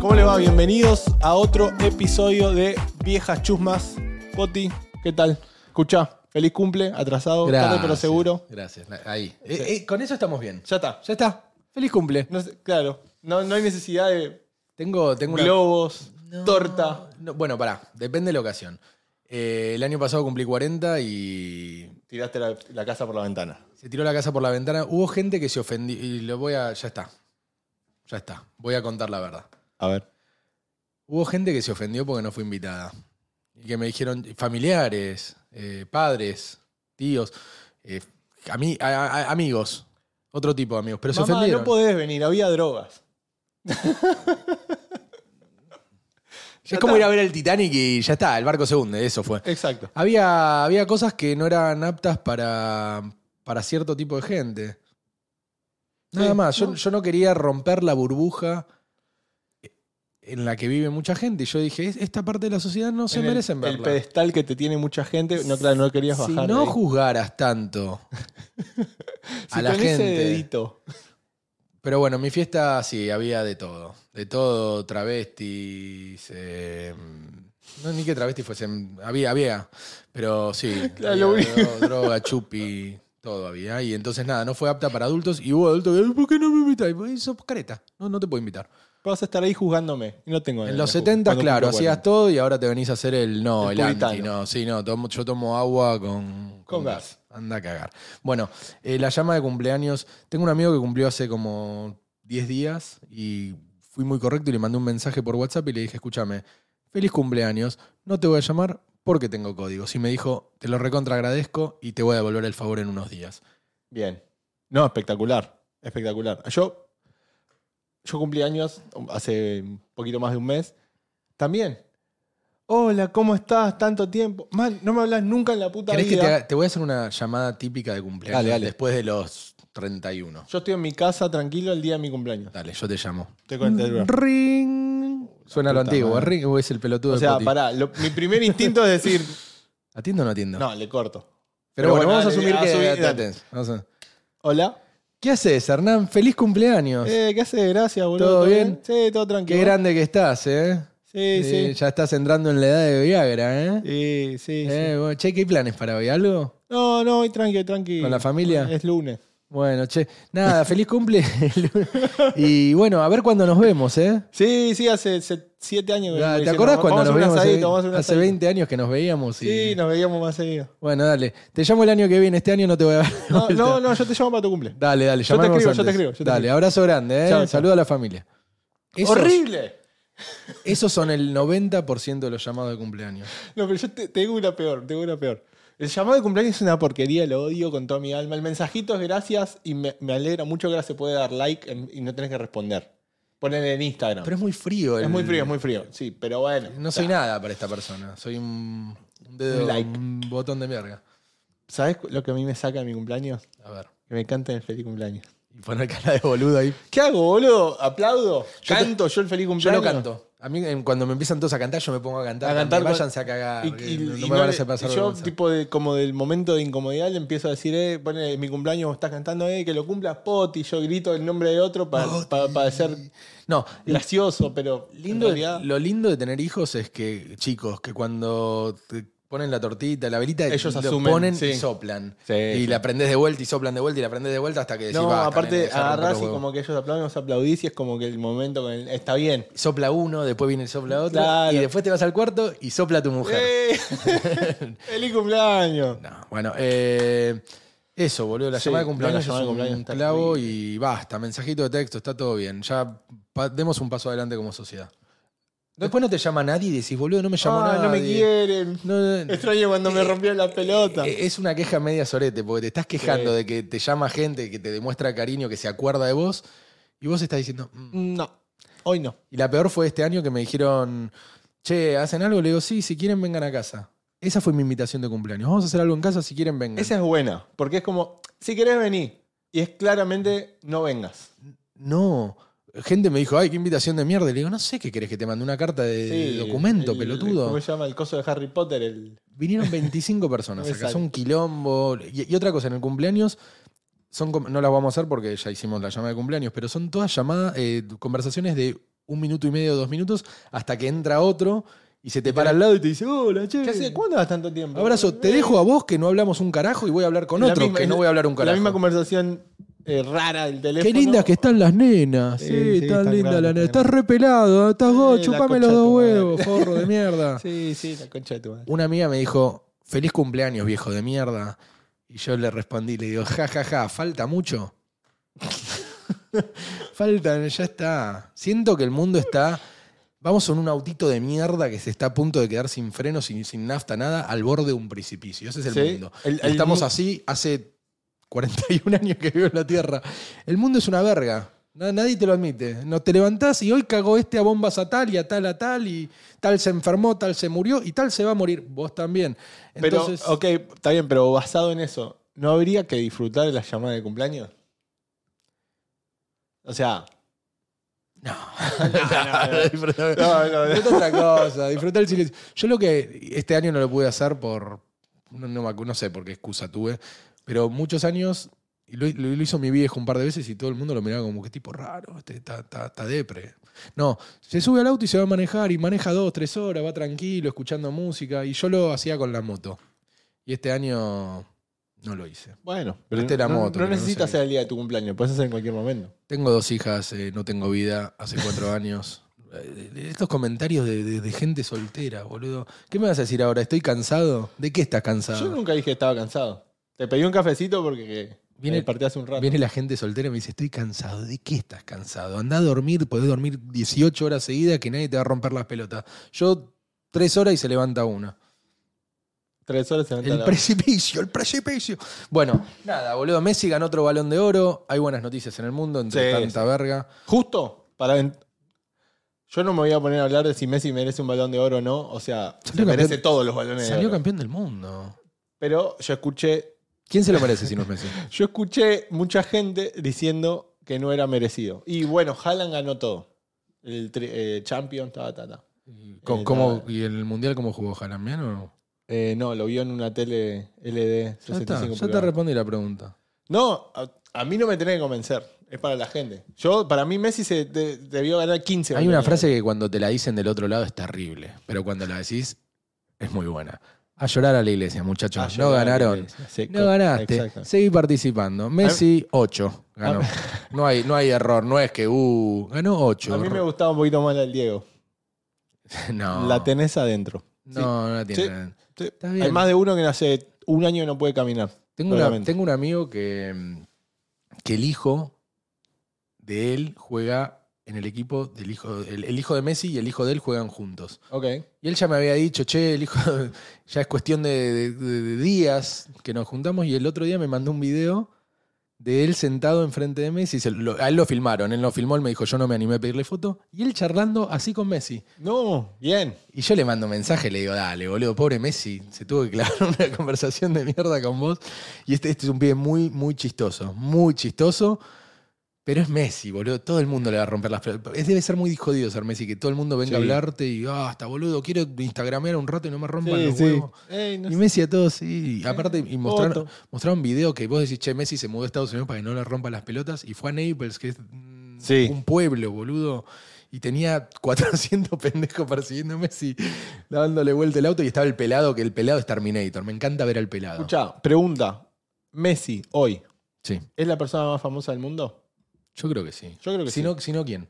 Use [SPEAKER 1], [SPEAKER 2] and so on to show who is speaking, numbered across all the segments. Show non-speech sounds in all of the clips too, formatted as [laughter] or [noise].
[SPEAKER 1] ¿Cómo les va? Bienvenidos a otro episodio de Viejas Chusmas. Poti, ¿qué tal? Escucha, feliz cumple, atrasado, tarde pero seguro.
[SPEAKER 2] Gracias. Ahí. Eh, eh, con eso estamos bien.
[SPEAKER 1] Ya está.
[SPEAKER 2] Ya está. Feliz cumple.
[SPEAKER 1] No sé, claro, no, no hay necesidad de
[SPEAKER 2] Tengo, tengo una.
[SPEAKER 1] globos,
[SPEAKER 2] No,
[SPEAKER 1] torta.
[SPEAKER 2] no, bueno, pará. Depende de la ocasión. Eh, el año pasado cumplí 40 y
[SPEAKER 1] Tiraste la, la casa por la ventana.
[SPEAKER 2] se tiró la casa por la ventana. Hubo gente que se ofendió. Y lo voy a. Ya está. Ya está. Voy a contar la verdad.
[SPEAKER 1] A ver.
[SPEAKER 2] Hubo gente que se ofendió porque no fue invitada. Y que me dijeron familiares, eh, padres, tíos, eh, ami- a- a- amigos, otro tipo de amigos. Pero se
[SPEAKER 1] Mamá,
[SPEAKER 2] ofendieron.
[SPEAKER 1] no podés venir, había drogas.
[SPEAKER 2] es como ir a ver el Titanic y ya está, el barco se hunde, eso fue.
[SPEAKER 1] Exacto.
[SPEAKER 2] Había, había cosas que no eran aptas para, para cierto tipo de gente. Nada
[SPEAKER 1] Sí,
[SPEAKER 2] más, yo
[SPEAKER 1] no.
[SPEAKER 2] no. yo no quería romper la burbuja en la que vive mucha gente. Y yo dije, "Es- esta parte de la sociedad no se
[SPEAKER 1] En el-
[SPEAKER 2] merecen verla.
[SPEAKER 1] El pedestal que te tiene mucha gente, no, claro, no querías
[SPEAKER 2] si
[SPEAKER 1] bajar. de
[SPEAKER 2] no
[SPEAKER 1] ahí.
[SPEAKER 2] juzgaras tanto
[SPEAKER 1] [laughs] Si
[SPEAKER 2] a la
[SPEAKER 1] con ese
[SPEAKER 2] gente.
[SPEAKER 1] dedito.
[SPEAKER 2] Pero bueno, en mi fiesta sí, había de todo. De todo, travestis. eh, no, ni que travestis fuesen. Había, había. Pero sí.
[SPEAKER 1] [laughs] Claro,
[SPEAKER 2] había
[SPEAKER 1] lo vi.
[SPEAKER 2] dro- droga, chupi, todo había. Y entonces nada, no fue apta para adultos. Y hubo adultos que, "Ay, ¿por qué no me invitáis? Pues sos careta. No, no te puedo invitar.
[SPEAKER 1] Vas a estar ahí juzgándome. Y no tengo
[SPEAKER 2] En
[SPEAKER 1] ganas
[SPEAKER 2] los
[SPEAKER 1] de ju-
[SPEAKER 2] 70,
[SPEAKER 1] cuando
[SPEAKER 2] claro,
[SPEAKER 1] cumplo
[SPEAKER 2] hacías
[SPEAKER 1] 40.
[SPEAKER 2] todo y ahora te venís a hacer el no,
[SPEAKER 1] El
[SPEAKER 2] el, anti.
[SPEAKER 1] puritano.
[SPEAKER 2] No, sí, no, tomo- yo tomo agua con,
[SPEAKER 1] Con gas.
[SPEAKER 2] Anda a cagar. Bueno, eh, la llama de cumpleaños. Tengo un amigo que cumplió hace como 10 días y fui muy correcto y le mandé un mensaje por WhatsApp y le dije, escúchame, feliz cumpleaños, no te voy a llamar porque tengo códigos. Y me dijo, te lo recontra agradezco y te voy a devolver el favor en unos días.
[SPEAKER 1] Bien. No, espectacular. Espectacular. Yo, yo cumplí años hace un poquito más de un mes. También. Hola, ¿cómo estás? Tanto tiempo. Man, no me hablas nunca en la puta
[SPEAKER 2] ¿Querés que te,
[SPEAKER 1] vida.
[SPEAKER 2] haga- te voy a hacer una llamada típica de cumpleaños
[SPEAKER 1] Dale, dale.
[SPEAKER 2] después de los 31?
[SPEAKER 1] Yo estoy en mi casa tranquilo el día de mi cumpleaños.
[SPEAKER 2] Dale, yo te llamo.
[SPEAKER 1] Estoy con el celular.
[SPEAKER 2] Ring. Suena lo
[SPEAKER 1] puta
[SPEAKER 2] antiguo.
[SPEAKER 1] madre.
[SPEAKER 2] Ring o es el pelotudo
[SPEAKER 1] O sea,
[SPEAKER 2] de Poti.
[SPEAKER 1] pará, lo- mi primer instinto es decir,
[SPEAKER 2] ¿Atiendo o [laughs] no atiendo?
[SPEAKER 1] no, le corto. Pero
[SPEAKER 2] Pero, bueno,
[SPEAKER 1] bueno,
[SPEAKER 2] vamos a
[SPEAKER 1] dale,
[SPEAKER 2] asumir que
[SPEAKER 1] asumí, dale.
[SPEAKER 2] atendés. Vamos a-
[SPEAKER 1] Hola.
[SPEAKER 2] ¿Qué haces, Hernán? Feliz cumpleaños.
[SPEAKER 1] Eh, ¿Qué haces? Gracias, boludo.
[SPEAKER 2] ¿Todo bien?
[SPEAKER 1] Sí, todo tranquilo.
[SPEAKER 2] Qué grande que estás, ¿eh?
[SPEAKER 1] Sí,
[SPEAKER 2] Eh,
[SPEAKER 1] sí.
[SPEAKER 2] Ya estás entrando en la edad de Viagra, ¿eh?
[SPEAKER 1] Sí, sí, sí.
[SPEAKER 2] Eh, bueno, che, ¿qué planes para hoy? ¿Algo?
[SPEAKER 1] No, no, hoy tranqui, tranqui.
[SPEAKER 2] ¿Con la familia?
[SPEAKER 1] Es lunes.
[SPEAKER 2] Bueno, che,
[SPEAKER 1] [laughs]
[SPEAKER 2] nada, feliz cumple. [laughs] y bueno, a ver cuándo nos vemos, ¿eh?
[SPEAKER 1] Sí, sí, hace se- siete años. que
[SPEAKER 2] Ah,
[SPEAKER 1] venimos
[SPEAKER 2] ¿Te
[SPEAKER 1] diciendo,
[SPEAKER 2] acordás
[SPEAKER 1] "Vamos
[SPEAKER 2] cuando
[SPEAKER 1] a
[SPEAKER 2] nos
[SPEAKER 1] un
[SPEAKER 2] veíamos hace,
[SPEAKER 1] asadito, vamos a hacer un
[SPEAKER 2] hace
[SPEAKER 1] asadito".
[SPEAKER 2] 20 años que nos veíamos? Y...
[SPEAKER 1] Sí, nos veíamos más seguido.
[SPEAKER 2] Bueno, dale. Te llamo el año que viene. Este año [laughs] no te voy a ver. de
[SPEAKER 1] [laughs] No,
[SPEAKER 2] vuelta.
[SPEAKER 1] no, no, yo te llamo para tu cumple.
[SPEAKER 2] Dale, dale,
[SPEAKER 1] Yo te
[SPEAKER 2] llamemos
[SPEAKER 1] escribo, yo te
[SPEAKER 2] antes.
[SPEAKER 1] escribo, yo te
[SPEAKER 2] Dale,
[SPEAKER 1] escribo.
[SPEAKER 2] abrazo grande, ¿eh?
[SPEAKER 1] Chao, chao.
[SPEAKER 2] Saludo a la familia. Esos,
[SPEAKER 1] ¡Horrible!
[SPEAKER 2] Esos son el 90% de los llamados de cumpleaños.
[SPEAKER 1] No, pero yo te, te digo una peor, te digo una peor. El llamado de cumpleaños es una porquería, lo odio con toda mi alma. El mensajito es gracias y me, me alegra mucho que ahora se puede dar like en- y no tenés que responder. Ponen en Instagram.
[SPEAKER 2] Pero es muy frío.
[SPEAKER 1] es
[SPEAKER 2] el-
[SPEAKER 1] muy frío, es muy frío. Sí, pero bueno.
[SPEAKER 2] No soy nada para esta persona. Soy un, un dedo,
[SPEAKER 1] Un like.
[SPEAKER 2] un botón de verga.
[SPEAKER 1] ¿Sabes lo que a mí me saca de mi cumpleaños?
[SPEAKER 2] A ver.
[SPEAKER 1] Que me canten el feliz cumpleaños.
[SPEAKER 2] Y poner cara de boludo ahí.
[SPEAKER 1] ¿Qué hago, boludo? ¿Aplaudo?
[SPEAKER 2] Yo te-
[SPEAKER 1] ¿Canto yo el feliz
[SPEAKER 2] Yo
[SPEAKER 1] cumpleaños?
[SPEAKER 2] no canto. A mí, en- cuando me empiezan todos a cantar, yo me pongo a cantar.
[SPEAKER 1] A cantar
[SPEAKER 2] también.
[SPEAKER 1] con-
[SPEAKER 2] váyanse a cagar.
[SPEAKER 1] Y,
[SPEAKER 2] que
[SPEAKER 1] y-
[SPEAKER 2] no, no
[SPEAKER 1] y
[SPEAKER 2] me
[SPEAKER 1] no
[SPEAKER 2] van a
[SPEAKER 1] le-
[SPEAKER 2] hacer pasar
[SPEAKER 1] y yo,
[SPEAKER 2] vergüenza.
[SPEAKER 1] tipo, de, como del momento de incomodidad, le empiezo a decir, eh, pone, mi cumpleaños estás cantando, eh, que lo cumpla Poti. Yo grito el nombre de otro para
[SPEAKER 2] Poti.
[SPEAKER 1] ser
[SPEAKER 2] No,
[SPEAKER 1] gracioso, pero lindo.
[SPEAKER 2] Lindo de- lo lindo de tener hijos es que, chicos, que cuando te ponen la tortita, la velita,
[SPEAKER 1] Ellos
[SPEAKER 2] lo
[SPEAKER 1] asumen,
[SPEAKER 2] ponen
[SPEAKER 1] sí.
[SPEAKER 2] y soplan.
[SPEAKER 1] Sí,
[SPEAKER 2] y
[SPEAKER 1] sí.
[SPEAKER 2] la prendés de vuelta y soplan de vuelta y la prendés de vuelta hasta que decís,
[SPEAKER 1] no,
[SPEAKER 2] "Basta, nene,
[SPEAKER 1] aparte
[SPEAKER 2] ya rompe
[SPEAKER 1] agarrás
[SPEAKER 2] los
[SPEAKER 1] y
[SPEAKER 2] huevos".
[SPEAKER 1] como que ellos aplauden, vos aplaudís y es como que el momento con el- está bien.
[SPEAKER 2] Sopla uno, después viene el sopla otro,
[SPEAKER 1] Claro.
[SPEAKER 2] y después te vas al cuarto y sopla tu mujer.
[SPEAKER 1] ¡Eh! [laughs] ¡Feliz cumpleaños!
[SPEAKER 2] No, bueno, eh, eso, boludo. La
[SPEAKER 1] Sí,
[SPEAKER 2] llamada de
[SPEAKER 1] no, la
[SPEAKER 2] cumpleaños
[SPEAKER 1] llamada
[SPEAKER 2] es
[SPEAKER 1] de
[SPEAKER 2] un
[SPEAKER 1] cumpleaños está
[SPEAKER 2] clavo y basta. Mensajito de texto, está todo bien. Ya pa- demos un paso adelante como sociedad. Después no te llama nadie y decís, boludo, no me llamó
[SPEAKER 1] Ah,
[SPEAKER 2] nadie.
[SPEAKER 1] no me quieren.
[SPEAKER 2] [laughs] No, no,
[SPEAKER 1] Extraño cuando me rompió la pelota.
[SPEAKER 2] Eh, Es una queja media sorete, porque te estás quejando
[SPEAKER 1] Sí.
[SPEAKER 2] de que te llama gente que te demuestra cariño, que se acuerda de vos, y vos estás diciendo. "Mm".
[SPEAKER 1] No, hoy no.
[SPEAKER 2] Y la peor fue este año que me dijeron, che, ¿hacen algo? Le digo, sí, si quieren, vengan a casa. Esa fue mi invitación de cumpleaños. Vamos a hacer algo en casa, si quieren, vengan.
[SPEAKER 1] Esa es buena, porque es como, si querés venir, y es claramente no vengas.
[SPEAKER 2] No. Gente me dijo, ay, qué invitación de mierda. Y le digo, no sé qué querés que te mande una carta de de
[SPEAKER 1] Sí,
[SPEAKER 2] documento,
[SPEAKER 1] el-
[SPEAKER 2] pelotudo.
[SPEAKER 1] ¿Cómo se llama el coso de Harry Potter? El,
[SPEAKER 2] Vinieron 25 personas acá,
[SPEAKER 1] Exacto.
[SPEAKER 2] son un quilombo. Y, y otra cosa, en el cumpleaños, son, com- no las vamos a hacer porque ya hicimos la llamada de cumpleaños, pero son todas llamadas, eh, conversaciones de un minuto y medio, dos minutos, hasta que entra otro y se te para al lado y te dice, hola, che.
[SPEAKER 1] ¿Qué hace? ¿Cuándo vas tanto tiempo? Eh,
[SPEAKER 2] Abrazo, te dejo a vos que no hablamos un carajo y voy a hablar con
[SPEAKER 1] La
[SPEAKER 2] otro
[SPEAKER 1] misma-
[SPEAKER 2] que no voy a hablar un carajo.
[SPEAKER 1] La misma conversación eh, rara del teléfono.
[SPEAKER 2] Qué lindas que están las nenas. Sí,
[SPEAKER 1] Sí, sí,
[SPEAKER 2] tan
[SPEAKER 1] están
[SPEAKER 2] linda la
[SPEAKER 1] grandes,
[SPEAKER 2] nena.
[SPEAKER 1] están
[SPEAKER 2] Estás repelado, estás
[SPEAKER 1] Eh,
[SPEAKER 2] vos,
[SPEAKER 1] la
[SPEAKER 2] chupame
[SPEAKER 1] concha
[SPEAKER 2] los
[SPEAKER 1] de
[SPEAKER 2] dos
[SPEAKER 1] tu madre.
[SPEAKER 2] huevos, forro
[SPEAKER 1] [laughs]
[SPEAKER 2] de mierda.
[SPEAKER 1] Sí, sí, la concha de tu madre.
[SPEAKER 2] Una amiga me dijo, feliz cumpleaños, viejo de mierda. Y yo le respondí, le digo, ja, ja, ja, falta mucho. [laughs] Faltan, ya está. Siento que el mundo está... Vamos en un autito de mierda que se está a punto de quedar sin frenos, sin, sin nafta, nada, al borde de un precipicio. Ese es el
[SPEAKER 1] Sí,
[SPEAKER 2] mundo.
[SPEAKER 1] el-
[SPEAKER 2] Y
[SPEAKER 1] el
[SPEAKER 2] Estamos
[SPEAKER 1] mu-
[SPEAKER 2] así hace 41 años que vivo en la Tierra. El mundo es una verga. Na- Nadie te lo admite. No te levantás y hoy cagó este a bombas a tal y a tal a tal y tal se enfermó, tal se murió y tal se va a morir. Vos también. Entonces,
[SPEAKER 1] pero, ok, está bien, pero basado en eso, ¿no habría que disfrutar de la llamada de cumpleaños? O sea.
[SPEAKER 2] no. [laughs]
[SPEAKER 1] No, no, no.
[SPEAKER 2] Disfruta otra cosa, disfruta el silencio. Yo lo que este año no lo pude hacer por. No, no me acu- no sé por qué excusa tuve, pero muchos años. y Lo, lo- lo hizo mi viejo un par de veces y todo el mundo lo miraba como que tipo raro, este está, está- está depre. No, se sube al auto y se va a manejar y maneja dos, tres horas, va tranquilo, escuchando música. Y yo lo hacía con la moto. Y este año no lo hice.
[SPEAKER 1] Bueno, pero
[SPEAKER 2] Este era
[SPEAKER 1] no,
[SPEAKER 2] moto,
[SPEAKER 1] no
[SPEAKER 2] pero no
[SPEAKER 1] necesitas
[SPEAKER 2] sé.
[SPEAKER 1] ser el día de tu cumpleaños, puedes hacer en cualquier momento.
[SPEAKER 2] Tengo dos hijas, eh, no tengo vida, hace cuatro años. Eh, Estos comentarios de, de- de gente soltera, boludo. ¿Qué me vas a decir ahora? ¿Estoy cansado? ¿De qué estás
[SPEAKER 1] Yo
[SPEAKER 2] cansado?
[SPEAKER 1] nunca dije que estaba cansado. Te pedí un cafecito porque
[SPEAKER 2] Viene-
[SPEAKER 1] Viene, me partí hace un rato.
[SPEAKER 2] Viene la gente soltera y me dice, estoy cansado. ¿De qué estás cansado? Andá a dormir, podés dormir 18 horas seguidas que nadie te va a romper las pelotas. Yo tres horas y se levanta una.
[SPEAKER 1] Tres horas se levanta
[SPEAKER 2] El
[SPEAKER 1] la-
[SPEAKER 2] precipicio, el precipicio. Bueno, nada, boludo. Messi ganó otro balón de oro. Hay buenas noticias en el mundo, entre
[SPEAKER 1] Sí,
[SPEAKER 2] tanta verga.
[SPEAKER 1] Justo para. ven- Yo no me voy a poner a hablar de si Messi merece un balón de oro o no. O sea,
[SPEAKER 2] Salió
[SPEAKER 1] se merece
[SPEAKER 2] campeón-
[SPEAKER 1] todos los balones de
[SPEAKER 2] Salió
[SPEAKER 1] oro.
[SPEAKER 2] campeón del mundo.
[SPEAKER 1] Pero yo escuché,
[SPEAKER 2] ¿Quién se lo merece si no es Messi?
[SPEAKER 1] yo escuché mucha gente diciendo que no era merecido. Y bueno, Haaland ganó todo. El tri- eh, Champions, ta, ta, ta.
[SPEAKER 2] ¿Cómo,
[SPEAKER 1] Eh,
[SPEAKER 2] cómo-
[SPEAKER 1] nada.
[SPEAKER 2] ¿Y el mundial cómo jugó Haaland? ¿Bien o no?
[SPEAKER 1] Eh, no, lo vio en una tele LD
[SPEAKER 2] Ya, está,
[SPEAKER 1] 65
[SPEAKER 2] ya te
[SPEAKER 1] pulgadas.
[SPEAKER 2] respondí la pregunta.
[SPEAKER 1] No, a, a mí no me tenés que convencer. Es para la gente. Yo, para mí, Messi se de- debió ganar 15.
[SPEAKER 2] Hay una
[SPEAKER 1] balones de
[SPEAKER 2] frase que cuando te la dicen del otro lado es terrible, pero cuando la decís es muy buena. A llorar a la iglesia,
[SPEAKER 1] oro.
[SPEAKER 2] muchachos.
[SPEAKER 1] Ah, yo
[SPEAKER 2] no
[SPEAKER 1] gané,
[SPEAKER 2] ganaron.
[SPEAKER 1] sí,
[SPEAKER 2] No
[SPEAKER 1] co-
[SPEAKER 2] ganaste.
[SPEAKER 1] exacto.
[SPEAKER 2] Seguí participando. Messi, 8.
[SPEAKER 1] [laughs]
[SPEAKER 2] Ganó.
[SPEAKER 1] a mí-
[SPEAKER 2] No hay, no hay error. No es que, uh, ganó 8.
[SPEAKER 1] A mí
[SPEAKER 2] [laughs]
[SPEAKER 1] me gustaba un poquito más la del Diego.
[SPEAKER 2] no,
[SPEAKER 1] La tenés adentro.
[SPEAKER 2] no, no la tiene.
[SPEAKER 1] Sí.
[SPEAKER 2] Está bien.
[SPEAKER 1] Hay más de uno que hace un año que no puede caminar.
[SPEAKER 2] Tengo, una-
[SPEAKER 1] Claramente.
[SPEAKER 2] tengo un amigo que, mm, que el hijo de él juega en el equipo del hijo. El, el hijo de Messi y el hijo de él juegan juntos.
[SPEAKER 1] Ok.
[SPEAKER 2] Y él ya me había dicho, che, el hijo [laughs] ya es cuestión de, de- de- de días que nos juntamos. Y el otro día me mandó un video de él sentado enfrente de Messi. Se lo- a él lo filmaron, él lo filmó, él me dijo, yo no me animé a pedirle foto. Y él charlando así con Messi.
[SPEAKER 1] No, bien.
[SPEAKER 2] Y yo le mando un mensaje, le digo, dale, boludo, pobre Messi, se tuvo que clavar [laughs] una conversación de mierda con vos. Y este, este es un pibe muy, muy chistoso, muy chistoso, pero es Messi, boludo, todo el mundo le va a romper las pelotas. Es- Debe ser muy jodido ser Messi, que todo el mundo venga a
[SPEAKER 1] Sí.
[SPEAKER 2] hablarte y, ah, hasta boludo, quiero instagramear un rato y no me rompan
[SPEAKER 1] Sí,
[SPEAKER 2] los
[SPEAKER 1] sí.
[SPEAKER 2] huevos.
[SPEAKER 1] Ey, no
[SPEAKER 2] Y
[SPEAKER 1] sé.
[SPEAKER 2] Messi a todos, sí. Y aparte, y Ah. mostraron,
[SPEAKER 1] Otto.
[SPEAKER 2] mostraron video que vos decís, che, Messi se mudó a Estados Unidos para que no le rompan las pelotas. Y fue a Naples, que es mm,
[SPEAKER 1] Sí.
[SPEAKER 2] un pueblo, boludo. Y tenía [laughs] 400 pendejos persiguiendo a Messi, dándole vuelta el auto. Y estaba el pelado, que el pelado es Terminator. Me encanta ver al pelado.
[SPEAKER 1] Escuchá, pregunta. Messi, hoy,
[SPEAKER 2] Sí,
[SPEAKER 1] ¿es la persona más famosa del mundo?
[SPEAKER 2] yo creo que sí.
[SPEAKER 1] Yo creo que
[SPEAKER 2] si
[SPEAKER 1] sí.
[SPEAKER 2] No, si no, ¿quién?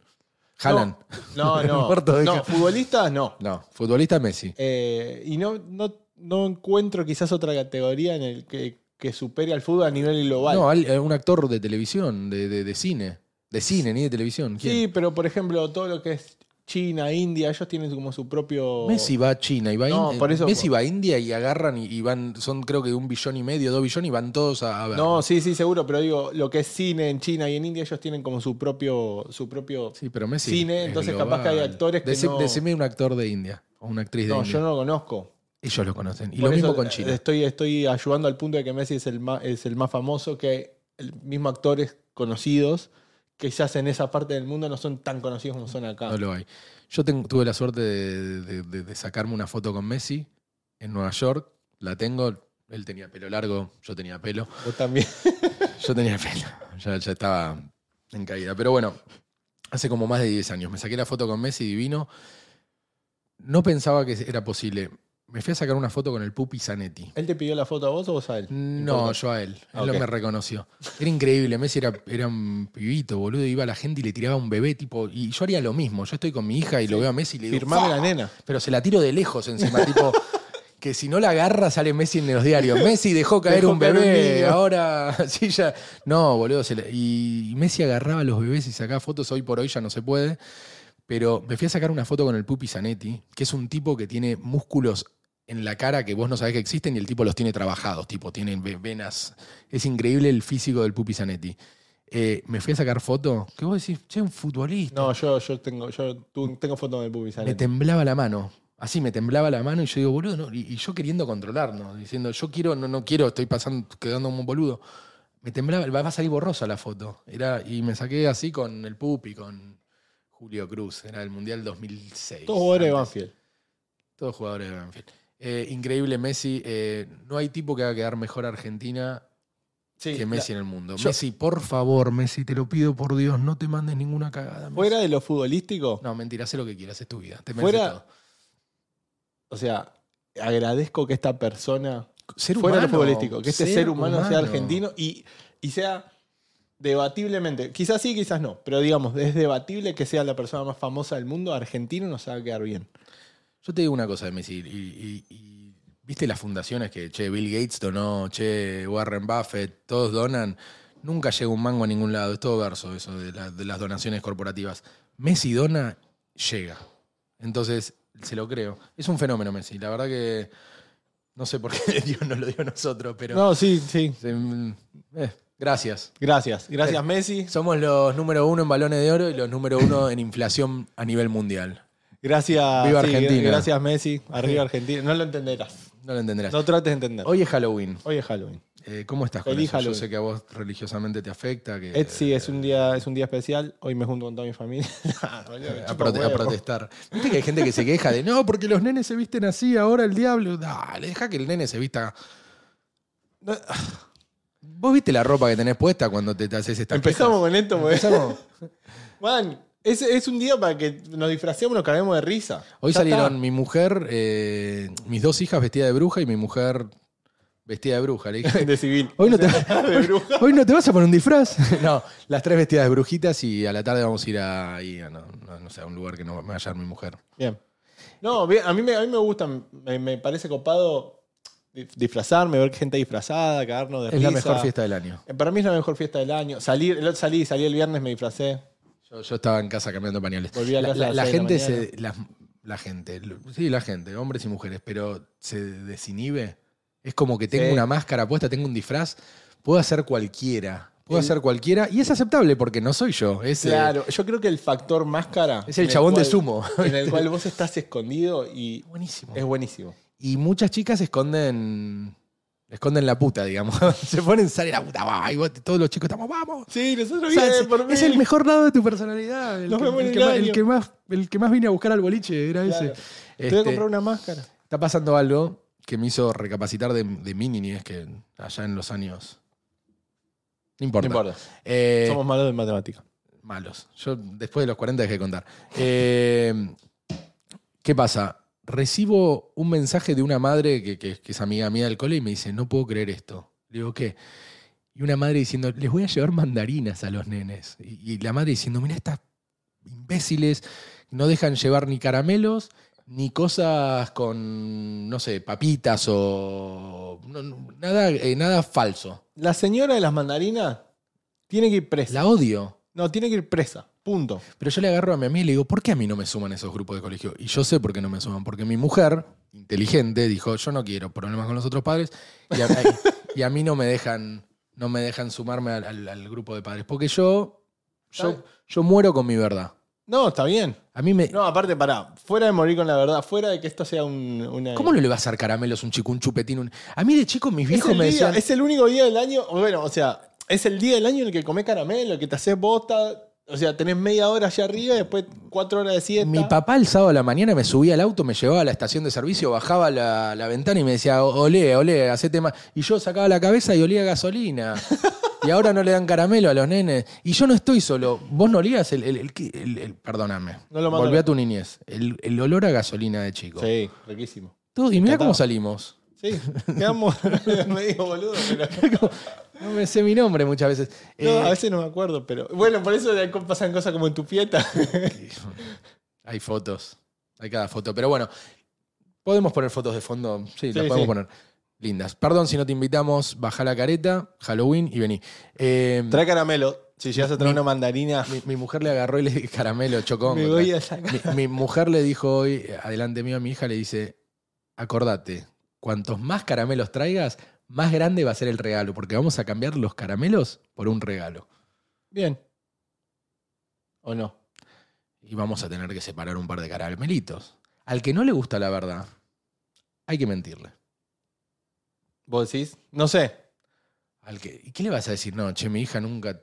[SPEAKER 2] Haaland. [laughs]
[SPEAKER 1] No, no.
[SPEAKER 2] Muerto de ca-
[SPEAKER 1] no, futbolistas, no.
[SPEAKER 2] No. futbolista Messi.
[SPEAKER 1] Eh, y no, no, no encuentro quizás otra categoría en el que, que supere al fútbol a nivel global.
[SPEAKER 2] No, al- eh, un actor de televisión, de, de- de cine. De cine, ni de televisión. ¿Quién?
[SPEAKER 1] sí, pero por ejemplo, todo lo que es China, India, ellos tienen como su propio.
[SPEAKER 2] Messi va a China y va a
[SPEAKER 1] No,
[SPEAKER 2] Ind-
[SPEAKER 1] por eso-
[SPEAKER 2] Messi va a India y agarran y, y van, son creo que un billón y medio, dos billones y van todos a, a ver.
[SPEAKER 1] No, sí, sí, seguro, pero digo, lo que es cine en China y en India, ellos tienen como su propio. Su propio
[SPEAKER 2] sí, pero Messi.
[SPEAKER 1] Cine,
[SPEAKER 2] es
[SPEAKER 1] entonces capaz que hay actores que
[SPEAKER 2] Deci-
[SPEAKER 1] no-
[SPEAKER 2] Decime un actor de India o una actriz de
[SPEAKER 1] no,
[SPEAKER 2] India.
[SPEAKER 1] yo no lo conozco.
[SPEAKER 2] Ellos lo conocen. Y
[SPEAKER 1] Por
[SPEAKER 2] lo mismo
[SPEAKER 1] eso,
[SPEAKER 2] con
[SPEAKER 1] eh,
[SPEAKER 2] China.
[SPEAKER 1] Estoy, estoy ayudando al punto de que Messi es el más, es el más famoso, que el mismo actores conocidos quizás en esa parte del mundo no son tan conocidos como son acá.
[SPEAKER 2] No lo hay. Yo ten- tuve la suerte de, de- de- de sacarme una foto con Messi en Nueva York. La tengo. Él tenía pelo largo, yo tenía pelo.
[SPEAKER 1] Vos también. [laughs]
[SPEAKER 2] Yo tenía pelo. Ya, ya estaba en caída. Pero bueno, hace como más de 10 años. Me saqué la foto con Messi divino. No pensaba que era posible. Me fui a sacar una foto con el Pupi Zanetti.
[SPEAKER 1] ¿Él te pidió la foto a vos o vos a él?
[SPEAKER 2] No, yo a él. Él
[SPEAKER 1] Ah,
[SPEAKER 2] no
[SPEAKER 1] ok.
[SPEAKER 2] me reconoció. Era increíble. Messi era, era un pibito, boludo. Iba a la gente y le tiraba un bebé, tipo. Y yo haría lo mismo. Yo estoy con mi hija y lo veo a Messi y le digo.
[SPEAKER 1] Firmame
[SPEAKER 2] "Fa".
[SPEAKER 1] la nena.
[SPEAKER 2] Pero se la tiro de lejos
[SPEAKER 1] [laughs]
[SPEAKER 2] encima, tipo. Que si no la agarra, sale Messi en los diarios. Messi dejó caer
[SPEAKER 1] Dejó
[SPEAKER 2] un
[SPEAKER 1] caer un
[SPEAKER 2] bebé.
[SPEAKER 1] niño.
[SPEAKER 2] ahora. [laughs] Sí, ya. No, boludo. se la- y, y Messi agarraba a los bebés y sacaba fotos. Hoy por hoy ya no se puede. Pero me fui a sacar una foto con el Pupi Zanetti, que es un tipo que tiene músculos en la cara que vos no sabés que existen y el tipo los tiene trabajados, tipo, tiene ve- venas. Es increíble el físico del Pupi Zanetti. Eh, me fui a sacar foto, que vos decís, che, un futbolista.
[SPEAKER 1] No, yo, yo tengo, yo tu- tengo foto de Pupi
[SPEAKER 2] me
[SPEAKER 1] Zanetti.
[SPEAKER 2] temblaba la mano. Así me temblaba la mano y yo digo, boludo, no", y, y yo queriendo controlarnos, diciendo, yo quiero, no, no quiero, estoy pasando, quedando como un boludo. Me temblaba, va a salir borrosa la foto. Era, y me saqué así con el Pupi, con Julio Cruz, era el Mundial 2006.
[SPEAKER 1] Todos jugadores de
[SPEAKER 2] antes.
[SPEAKER 1] Banfield.
[SPEAKER 2] Todos jugadores de Banfield. Eh, increíble Messi. eh, no hay tipo que haga quedar mejor a Argentina
[SPEAKER 1] Sí,
[SPEAKER 2] que
[SPEAKER 1] la-
[SPEAKER 2] Messi en el mundo.
[SPEAKER 1] yo-
[SPEAKER 2] Messi, por favor, Messi, te lo pido por Dios, no te mandes ninguna cagada. Messi.
[SPEAKER 1] fuera de lo futbolístico,
[SPEAKER 2] No, mentira, haz lo que quieras, es tu vida. Te mereces
[SPEAKER 1] Fuera-
[SPEAKER 2] todo.
[SPEAKER 1] o sea, agradezco que esta persona
[SPEAKER 2] Ser
[SPEAKER 1] fuera de lo
[SPEAKER 2] humano,
[SPEAKER 1] futbolístico, que este ser, humano, sea argentino y, y sea debatiblemente, quizás sí, quizás no, pero digamos, es debatible que sea la persona más famosa del mundo, argentino nos va a quedar bien.
[SPEAKER 2] Yo te digo una cosa de Messi. Y, y- y- ¿Viste las fundaciones que, che, Bill Gates donó, che, Warren Buffett, todos donan? Nunca llega un mango a ningún lado. Es todo verso eso de, la- de las donaciones corporativas. Messi dona, llega. Entonces, se lo creo. Es un fenómeno Messi. La verdad que no sé por qué [laughs] Dios no lo dio a nosotros, pero...
[SPEAKER 1] No, sí, sí.
[SPEAKER 2] Se- mm, eh, gracias.
[SPEAKER 1] Gracias,
[SPEAKER 2] Eh.
[SPEAKER 1] gracias Messi,
[SPEAKER 2] Somos los número uno en balones de oro y los número uno en inflación a nivel mundial.
[SPEAKER 1] gracias,
[SPEAKER 2] Viva
[SPEAKER 1] sí,
[SPEAKER 2] Argentina.
[SPEAKER 1] gracias Messi, arriba Argentina, no lo entenderás,
[SPEAKER 2] No lo entenderás.
[SPEAKER 1] no trates de entender.
[SPEAKER 2] Hoy es Halloween.
[SPEAKER 1] Hoy es Halloween.
[SPEAKER 2] Eh, ¿Cómo estás con
[SPEAKER 1] Feliz
[SPEAKER 2] eso? Yo
[SPEAKER 1] Halloween.
[SPEAKER 2] sé que a vos religiosamente te afecta. Que,
[SPEAKER 1] Ed, sí, es un día, es un día especial. Hoy me junto con toda mi familia. [laughs] Ah,
[SPEAKER 2] eh, a, prote- a protestar. Viste que hay gente que se queja de no, porque los nenes se visten así, ahora el diablo. Dale, deja que el nene se vista.
[SPEAKER 1] No.
[SPEAKER 2] Vos viste la ropa que tenés puesta cuando te, te haces esta
[SPEAKER 1] Empezamos con esto, porque-
[SPEAKER 2] Empezamos.
[SPEAKER 1] [laughs] Man, es, es un día para que nos disfracemos, nos caguemos de risa.
[SPEAKER 2] Hoy
[SPEAKER 1] Ya
[SPEAKER 2] salieron
[SPEAKER 1] está.
[SPEAKER 2] mi mujer, eh, mis dos hijas vestidas de bruja y mi mujer vestida de bruja. Le dije,
[SPEAKER 1] [laughs] de civil.
[SPEAKER 2] [laughs] Hoy no te-
[SPEAKER 1] [laughs] de bruja.
[SPEAKER 2] [laughs] Hoy no te vas a poner un disfraz. [laughs] No, las tres vestidas de brujitas y a la tarde vamos a ir a, ahí a no, no- no sé, a un lugar que no me vaya a hallar mi mujer.
[SPEAKER 1] Bien. No, bien, a mí me, a mí me gusta, me, me parece copado dif- disfrazarme, ver gente disfrazada, cagarnos de
[SPEAKER 2] Es
[SPEAKER 1] risa.
[SPEAKER 2] la mejor fiesta del año.
[SPEAKER 1] Eh, Para mí es la mejor fiesta del año. Salir, el otro- salí, salí el viernes, me disfracé.
[SPEAKER 2] Yo, yo estaba en casa cambiando pañales.
[SPEAKER 1] Volví a
[SPEAKER 2] la,
[SPEAKER 1] casa
[SPEAKER 2] la-
[SPEAKER 1] a las
[SPEAKER 2] la
[SPEAKER 1] seis de la
[SPEAKER 2] gente se. las- la gente, lo- sí, la gente, hombres y mujeres, pero se desinhibe. Es como que tengo
[SPEAKER 1] Sí.
[SPEAKER 2] una máscara puesta, tengo un disfraz, puedo hacer cualquiera. Puedo hacer cualquiera y es aceptable porque no soy yo. Es, eh,
[SPEAKER 1] Claro, yo creo que el factor máscara.
[SPEAKER 2] es el
[SPEAKER 1] en
[SPEAKER 2] chabón de
[SPEAKER 1] cual-
[SPEAKER 2] sumo.
[SPEAKER 1] En
[SPEAKER 2] [laughs]
[SPEAKER 1] el cual vos estás escondido y
[SPEAKER 2] Buenísimo.
[SPEAKER 1] es buenísimo.
[SPEAKER 2] Y muchas chicas esconden. Esconden la puta, digamos. [laughs] Se ponen, sale la puta, va, y vos- todos los chicos estamos, vamos.
[SPEAKER 1] Sí, nosotros
[SPEAKER 2] O sea, es,
[SPEAKER 1] bien, por
[SPEAKER 2] es
[SPEAKER 1] mí.
[SPEAKER 2] el mejor lado de tu personalidad. El,
[SPEAKER 1] Nos
[SPEAKER 2] que,
[SPEAKER 1] vemos
[SPEAKER 2] el
[SPEAKER 1] en
[SPEAKER 2] que
[SPEAKER 1] el
[SPEAKER 2] más, el
[SPEAKER 1] año.
[SPEAKER 2] que más- el que más vine a buscar al boliche era
[SPEAKER 1] Claro.
[SPEAKER 2] ese.
[SPEAKER 1] Te voy a
[SPEAKER 2] Este,
[SPEAKER 1] comprar una máscara.
[SPEAKER 2] Está pasando algo que me hizo recapacitar de, de mi niñez, que allá en los años. No importa. Eh,
[SPEAKER 1] Somos malos de matemática.
[SPEAKER 2] malos. Yo después de los 40 dejé de contar. Eh, ¿Qué pasa? Recibo un mensaje de una madre que, que- que es amiga mía del cole y me dice, no puedo creer esto. Le digo, ¿qué? Y una madre diciendo, les voy a llevar mandarinas a los nenes. Y, y la madre diciendo, mira, estas imbéciles no dejan llevar ni caramelos, ni cosas con, no sé, papitas o no, no, nada, eh, nada falso.
[SPEAKER 1] La señora de las mandarinas tiene que ir presa.
[SPEAKER 2] La odio.
[SPEAKER 1] No, tiene que ir presa. Punto.
[SPEAKER 2] Pero yo le agarro a mi amiga y le digo, ¿por qué a mí no me suman esos grupos de colegio? Y yo sé por qué no me suman, porque mi mujer, inteligente, dijo, yo no quiero problemas con los otros padres y a, y a mí no me dejan, no me dejan sumarme al, al- al grupo de padres, porque yo, yo,
[SPEAKER 1] ¿Sabe?
[SPEAKER 2] yo muero con mi verdad.
[SPEAKER 1] No, está bien.
[SPEAKER 2] A mí me...
[SPEAKER 1] No, aparte, pará. Fuera de morir con la verdad, fuera de que esto sea un, una.
[SPEAKER 2] ¿Cómo no le va a hacer caramelos un chico, un chupetín? un- A mí de chico mis
[SPEAKER 1] es
[SPEAKER 2] viejos
[SPEAKER 1] el
[SPEAKER 2] me
[SPEAKER 1] día,
[SPEAKER 2] decían...
[SPEAKER 1] Es el único día del año. Bueno, o sea, es el día del año en el que comés caramelo, que te haces bosta. O sea, tenés media hora allá arriba y después cuatro horas de siesta.
[SPEAKER 2] Mi papá el sábado a la mañana me subía al auto, me llevaba a la estación de servicio, bajaba la, la ventana y me decía, olé, olé, hacete más. Y yo sacaba la cabeza y olía a gasolina. y ahora no le dan caramelo a los nenes. Y yo no estoy solo. Vos no olías el... el- el- el- el- perdóname.
[SPEAKER 1] No lo mando.
[SPEAKER 2] Volví a tu niñez. El, el olor a gasolina de chico.
[SPEAKER 1] Sí, riquísimo.
[SPEAKER 2] Todo- y mira
[SPEAKER 1] encantaba.
[SPEAKER 2] cómo salimos. [laughs]
[SPEAKER 1] Sí, quedamos [laughs] medio boludo, pero.
[SPEAKER 2] No me sé mi nombre muchas veces.
[SPEAKER 1] No,
[SPEAKER 2] Eh,
[SPEAKER 1] a veces no me acuerdo, pero. Bueno, por eso le- pasan cosas como en tu fiesta.
[SPEAKER 2] [laughs] Hay fotos. Hay cada foto. Pero bueno, podemos poner fotos de fondo. Sí, las
[SPEAKER 1] Sí,
[SPEAKER 2] podemos
[SPEAKER 1] sí.
[SPEAKER 2] poner. Lindas. Perdón si no te invitamos. Baja la careta, Halloween y vení. Eh,
[SPEAKER 1] [laughs] Trae caramelo. Si llegas a traer una mandarina,
[SPEAKER 2] mi, mi mujer le agarró y le caramelo, chocón.
[SPEAKER 1] me voy a sacar.
[SPEAKER 2] mi, mi mujer le dijo hoy, adelante mío a mi hija, le dice, acordate, cuantos más caramelos traigas, más grande va a ser el regalo, porque vamos a cambiar los caramelos por un regalo.
[SPEAKER 1] Bien. ¿O no?
[SPEAKER 2] y vamos a tener que separar un par de caramelitos. Al que no le gusta la verdad, hay que mentirle.
[SPEAKER 1] ¿Vos decís? No sé.
[SPEAKER 2] Al que, ¿Y qué le vas a decir? No, che, mi hija nunca.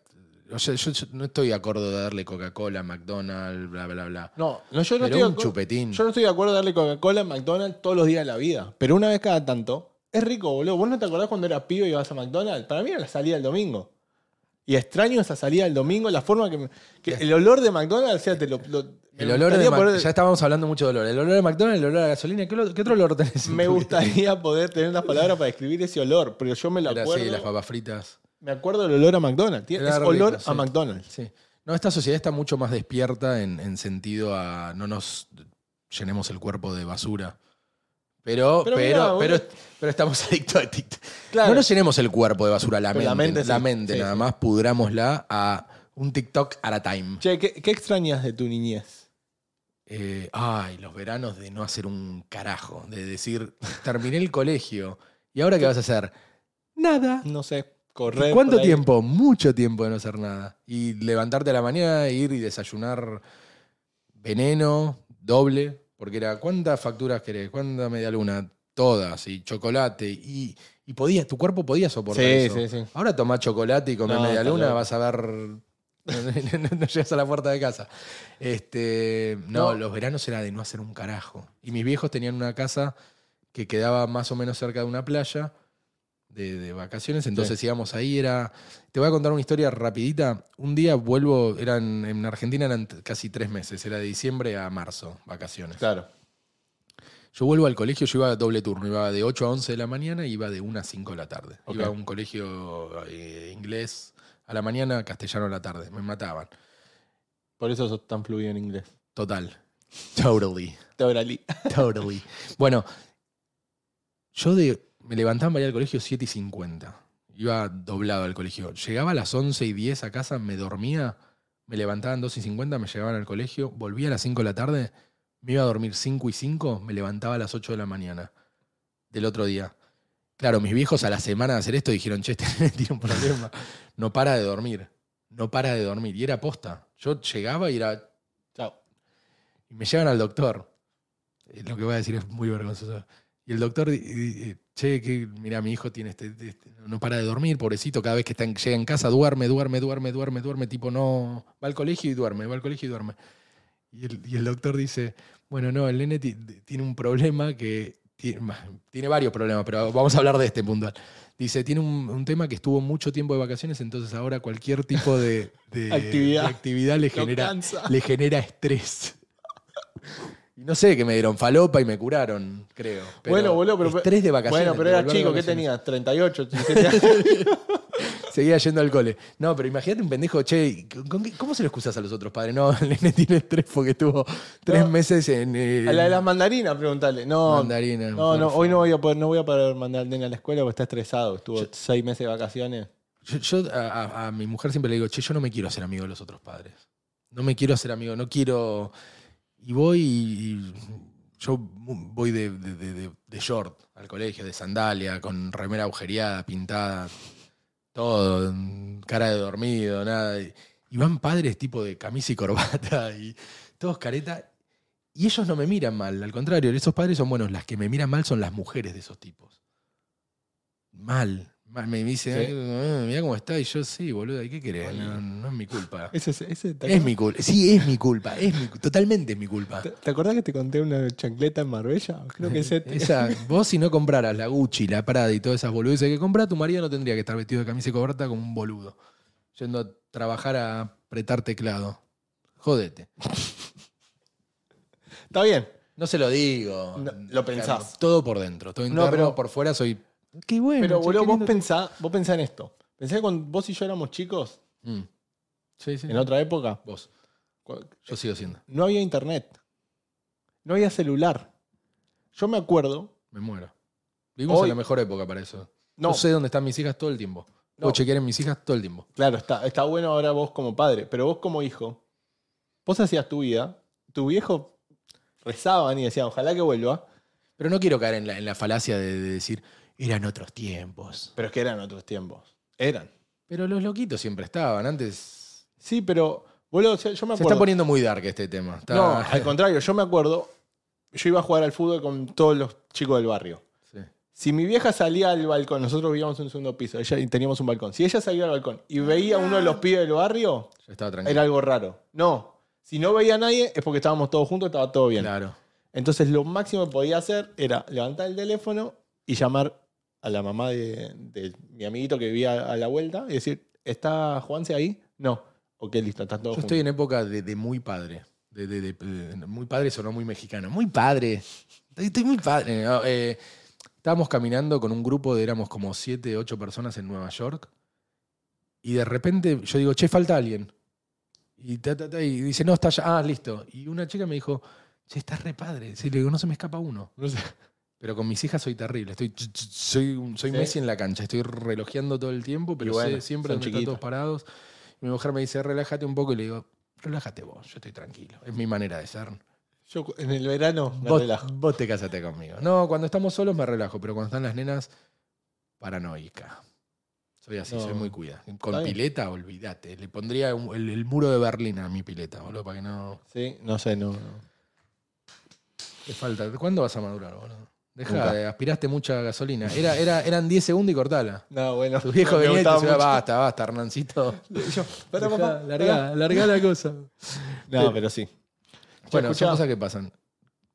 [SPEAKER 2] O sea, yo, yo no estoy de acuerdo de darle Coca-Cola, McDonald's, bla, bla, bla.
[SPEAKER 1] No, no, yo no
[SPEAKER 2] Pero
[SPEAKER 1] estoy de
[SPEAKER 2] un
[SPEAKER 1] acuerdo-
[SPEAKER 2] chupetín.
[SPEAKER 1] Yo no estoy de acuerdo de darle Coca-Cola a McDonald's todos los días de la vida. Pero una vez cada tanto, es rico, boludo. ¿Vos no te acordás cuando eras pibe y ibas a McDonald's? Para mí era la salida del domingo. Y extraño esa salida del domingo, la forma que. me- que el olor de McDonald's, o sea, te lo. lo- me
[SPEAKER 2] el olor de
[SPEAKER 1] gustaría
[SPEAKER 2] Mac-
[SPEAKER 1] poder-
[SPEAKER 2] Ya estábamos hablando mucho de olor. El olor de McDonald's, el olor a gasolina. ¿Qué, lo- qué otro olor tenés? en
[SPEAKER 1] Me [laughs]
[SPEAKER 2] tu vida?
[SPEAKER 1] gustaría poder tener unas palabras para describir ese olor, pero yo me lo
[SPEAKER 2] Era
[SPEAKER 1] acuerdo.
[SPEAKER 2] así, las papas fritas.
[SPEAKER 1] Me acuerdo del olor a McDonald's. Tiene-
[SPEAKER 2] Era
[SPEAKER 1] es
[SPEAKER 2] rico,
[SPEAKER 1] olor
[SPEAKER 2] sí.
[SPEAKER 1] a McDonald's.
[SPEAKER 2] Sí. No, esta sociedad está mucho más despierta en, en sentido a no nos llenemos el cuerpo de basura. Pero, pero,
[SPEAKER 1] Pero mirá,
[SPEAKER 2] pero,
[SPEAKER 1] boludo.
[SPEAKER 2] pero, estamos [laughs] adictos a TikTok.
[SPEAKER 1] Claro.
[SPEAKER 2] No nos llenemos el cuerpo de basura, la
[SPEAKER 1] Pero
[SPEAKER 2] mente. La mente,
[SPEAKER 1] sí. Sí,
[SPEAKER 2] nada
[SPEAKER 1] sí.
[SPEAKER 2] más, pudrámosla a un TikTok at a time.
[SPEAKER 1] Che, ¿qué, qué extrañas de tu niñez?
[SPEAKER 2] Eh, ay, los veranos de no hacer un carajo, de decir, terminé el colegio, ¿y ahora qué vas a hacer? Nada.
[SPEAKER 1] No sé,
[SPEAKER 2] ¿Y
[SPEAKER 1] correr.
[SPEAKER 2] ¿Cuánto
[SPEAKER 1] por ahí.
[SPEAKER 2] tiempo? Mucho tiempo de no hacer nada. Y levantarte a la mañana, ir y desayunar veneno, doble, porque era cuántas facturas querés, cuánta media luna, todas, y chocolate, y, y podías, tu cuerpo podía soportar
[SPEAKER 1] Sí,
[SPEAKER 2] eso.
[SPEAKER 1] sí, sí.
[SPEAKER 2] Ahora tomás chocolate y comés
[SPEAKER 1] No,
[SPEAKER 2] media
[SPEAKER 1] está
[SPEAKER 2] luna,
[SPEAKER 1] loco.
[SPEAKER 2] vas a ver. [laughs] No, no- no llegas a la puerta de casa. Este, no,
[SPEAKER 1] No.
[SPEAKER 2] los veranos era de no hacer un carajo. Y mis viejos tenían una casa que quedaba más o menos cerca de una playa de, de vacaciones, entonces íbamos ahí, era... Te voy a contar una historia rapidita. Un día vuelvo, eran en Argentina eran t- casi tres meses, era de diciembre a marzo, vacaciones.
[SPEAKER 1] Claro.
[SPEAKER 2] Yo vuelvo al colegio, yo iba a doble turno, iba de 8 a 11 de la mañana y iba de 1 a 5 de la tarde.
[SPEAKER 1] Ok.
[SPEAKER 2] Iba a un colegio eh, inglés a la mañana, castellano a la tarde, me mataban.
[SPEAKER 1] Por eso sos tan fluido en inglés.
[SPEAKER 2] Total. Totally.
[SPEAKER 1] Te habrá li-
[SPEAKER 2] [laughs] Totally. Bueno, yo de, me levantaba para ir al colegio 7 y 50. Iba doblado al colegio. Llegaba a las 11 y 10 a casa, me dormía, me levantaban 2 y 50, me llevaban al colegio, volvía a las 5 de la tarde, me iba a dormir 5 y 5, me levantaba a las 8 de la mañana del otro día. Claro, mis viejos a la semana de hacer esto dijeron, che, [laughs] este nene tiene un problema. No para de dormir, no para de dormir. Y era posta. Yo llegaba y era,
[SPEAKER 1] [laughs] Chao.
[SPEAKER 2] y me llevan al doctor. Eh, Lo que voy a decir es muy vergonzoso. Y el doctor, di- di- eh, che, que mira, mi hijo tiene este, este- no para de dormir, pobrecito, cada vez que está en- llega en casa duerme, duerme, duerme, duerme, duerme, tipo no, va al colegio y duerme, va al colegio y duerme. Y el, y el doctor dice, bueno, no, el nene ti- tiene un problema que, tiene, tiene varios problemas, pero vamos a hablar de este puntual. Dice, tiene un, un tema que estuvo mucho tiempo de vacaciones, entonces ahora cualquier tipo de, de-
[SPEAKER 1] Actividad.
[SPEAKER 2] de actividad le
[SPEAKER 1] No
[SPEAKER 2] genera,
[SPEAKER 1] cansa.
[SPEAKER 2] le genera estrés. [laughs] Y no sé, que me dieron falopa y me curaron, creo. Pero
[SPEAKER 1] Bueno, boludo, pero-
[SPEAKER 2] Estrés de vacaciones.
[SPEAKER 1] Bueno, pero
[SPEAKER 2] de
[SPEAKER 1] era
[SPEAKER 2] volver de
[SPEAKER 1] chico, ¿qué
[SPEAKER 2] vacaciones.
[SPEAKER 1] tenías? 38, [laughs] 37 años.
[SPEAKER 2] Seguía yendo al cole. No, pero imagínate un pendejo, che, ¿con- con qué- ¿cómo se lo excusas a los otros padres? No, [laughs] el nene tiene estrés porque estuvo tres
[SPEAKER 1] No.
[SPEAKER 2] meses en. eh,
[SPEAKER 1] A la de las mandarinas, preguntale. No,
[SPEAKER 2] Mandarina,
[SPEAKER 1] no,
[SPEAKER 2] por
[SPEAKER 1] no, hoy
[SPEAKER 2] favor.
[SPEAKER 1] no voy a poder, no voy a poder mandar al nene a la escuela porque está estresado. Estuvo seis meses de vacaciones.
[SPEAKER 2] Yo, yo a, a- a mi mujer siempre le digo, che, yo no me quiero hacer amigo de los otros padres. No me quiero hacer amigo, no quiero. Y voy y. y yo mu- voy de, de- de- de- de short al colegio, de sandalia, con remera agujereada, pintada, todo, mm, cara de dormido, nada. Y, y van padres tipo de camisa y corbata [laughs] y todos careta. Y ellos no me miran mal, al contrario, esos padres son buenos. Las que me miran mal son las mujeres de esos tipos. Mal, Más me dice,
[SPEAKER 1] Sí.
[SPEAKER 2] "Ah, mira cómo está. Y yo, sí, boludo, ¿y qué querés? No, no es mi culpa.
[SPEAKER 1] Ese, ese- ese- ¿te,
[SPEAKER 2] Es
[SPEAKER 1] acordás?
[SPEAKER 2] mi culpa. Sí, es mi culpa. Es mi- totalmente es mi culpa.
[SPEAKER 1] ¿Te- te acordás que te conté una chancleta en Marbella? Creo [laughs] que este. ese.
[SPEAKER 2] Esa, vos si no compraras la Gucci, la Prada y todas esas boludeces que compra, tu marido no tendría que estar vestido de camisa y coberta como un boludo. Yendo a trabajar a apretar teclado. Jodete.
[SPEAKER 1] Está bien.
[SPEAKER 2] No se lo digo.
[SPEAKER 1] No, lo pensás.
[SPEAKER 2] Todo por dentro. Todo interno,
[SPEAKER 1] pero-
[SPEAKER 2] por fuera soy... Qué bueno.
[SPEAKER 1] Pero,
[SPEAKER 2] che,
[SPEAKER 1] boludo,
[SPEAKER 2] qué
[SPEAKER 1] vos
[SPEAKER 2] lindo
[SPEAKER 1] pensá, vos pensá en esto. Pensá que cuando vos y yo éramos chicos,
[SPEAKER 2] que- Mm. Sí, sí.
[SPEAKER 1] en otra época,
[SPEAKER 2] Vos.
[SPEAKER 1] cu-
[SPEAKER 2] Yo sigo siendo.
[SPEAKER 1] no había internet. No había celular. Yo me acuerdo.
[SPEAKER 2] Me muero. Vivimos
[SPEAKER 1] Hoy-
[SPEAKER 2] en la mejor época para eso.
[SPEAKER 1] No,
[SPEAKER 2] Yo sé dónde están mis hijas todo el tiempo.
[SPEAKER 1] No.
[SPEAKER 2] Puedo chequear en mis hijas todo el tiempo.
[SPEAKER 1] claro, está, está bueno ahora vos como padre, pero vos como hijo, vos hacías tu vida, tu viejo rezaban y decían, ojalá que vuelva,
[SPEAKER 2] Pero no quiero caer en la, en la falacia de- de decir, eran otros tiempos.
[SPEAKER 1] pero es que eran otros tiempos. Eran.
[SPEAKER 2] Pero los loquitos siempre estaban. Antes.
[SPEAKER 1] Sí, pero, boludo, o sea, yo me
[SPEAKER 2] Se
[SPEAKER 1] acuerdo.
[SPEAKER 2] está poniendo muy dark este tema. Está-
[SPEAKER 1] No, al contrario, yo me acuerdo, yo iba a jugar al fútbol con todos los chicos del barrio.
[SPEAKER 2] [laughs] Sí.
[SPEAKER 1] Si mi vieja salía al balcón, nosotros vivíamos en un segundo piso, ella, y teníamos un balcón. Si ella salía al balcón y veía a uno de los pibes del barrio,
[SPEAKER 2] Yo estaba tranquilo.
[SPEAKER 1] era algo raro. No, si no veía a nadie es porque estábamos todos juntos, estaba todo bien.
[SPEAKER 2] Claro.
[SPEAKER 1] Entonces lo máximo que podía hacer era levantar el teléfono y llamar a la mamá de, de mi amiguito que vivía a la vuelta y decir, ¿está Juanse ahí? No. Ok, listo, están
[SPEAKER 2] Yo
[SPEAKER 1] todos
[SPEAKER 2] estoy
[SPEAKER 1] juntos.
[SPEAKER 2] en época de, de muy padre. De, de- de- de- muy padre sonó muy mexicano. Muy padre. Estoy, estoy muy padre. No, eh, estábamos caminando con un grupo de éramos como siete, ocho personas en Nueva York. Y de repente yo digo, che, falta alguien. Y, ta, ta, ta, y dice, no, está allá. Ah, listo. Y una chica me dijo, che, estás re padre. Sí, le digo, no se me escapa uno. [laughs]
[SPEAKER 1] No sé.
[SPEAKER 2] Pero con mis hijas soy terrible. Estoy, ch- ch- soy un- soy
[SPEAKER 1] Sí.
[SPEAKER 2] Messi en la cancha. Estoy relojeando todo el tiempo, pero
[SPEAKER 1] Y bueno,
[SPEAKER 2] sé siempre
[SPEAKER 1] son
[SPEAKER 2] dónde están
[SPEAKER 1] chiquitas.
[SPEAKER 2] todos parados. Mi mujer me dice, relájate un poco. Y le digo, relájate vos, yo estoy tranquilo. Es mi manera de ser.
[SPEAKER 1] Yo cu- en el verano me
[SPEAKER 2] Vos,
[SPEAKER 1] relajo.
[SPEAKER 2] vos te casaste conmigo. No, cuando estamos solos me relajo, pero cuando están las nenas, paranoica. Soy así,
[SPEAKER 1] No.
[SPEAKER 2] soy muy cuida.
[SPEAKER 1] Está
[SPEAKER 2] Con
[SPEAKER 1] bien.
[SPEAKER 2] pileta, olvídate. Le pondría un- el, el muro de Berlín a mi pileta, boludo, para que no
[SPEAKER 1] Sí, no sé, no. no.
[SPEAKER 2] te falta. ¿Cuándo vas a madurar, boludo? Deja,
[SPEAKER 1] Nunca.
[SPEAKER 2] de- aspiraste mucha gasolina. Era, era, eran 10 segundos y cortala.
[SPEAKER 1] No, bueno.
[SPEAKER 2] Tu viejo
[SPEAKER 1] me
[SPEAKER 2] venía y te
[SPEAKER 1] gustaba
[SPEAKER 2] decía,
[SPEAKER 1] mucho.
[SPEAKER 2] basta, basta, Hernancito.
[SPEAKER 1] Yo, "Pará, papá,
[SPEAKER 2] Dejá,
[SPEAKER 1] pará".
[SPEAKER 2] largá, largá la cosa.
[SPEAKER 1] No, pero sí.
[SPEAKER 2] Bueno,
[SPEAKER 1] escuchá.
[SPEAKER 2] son cosas que pasan.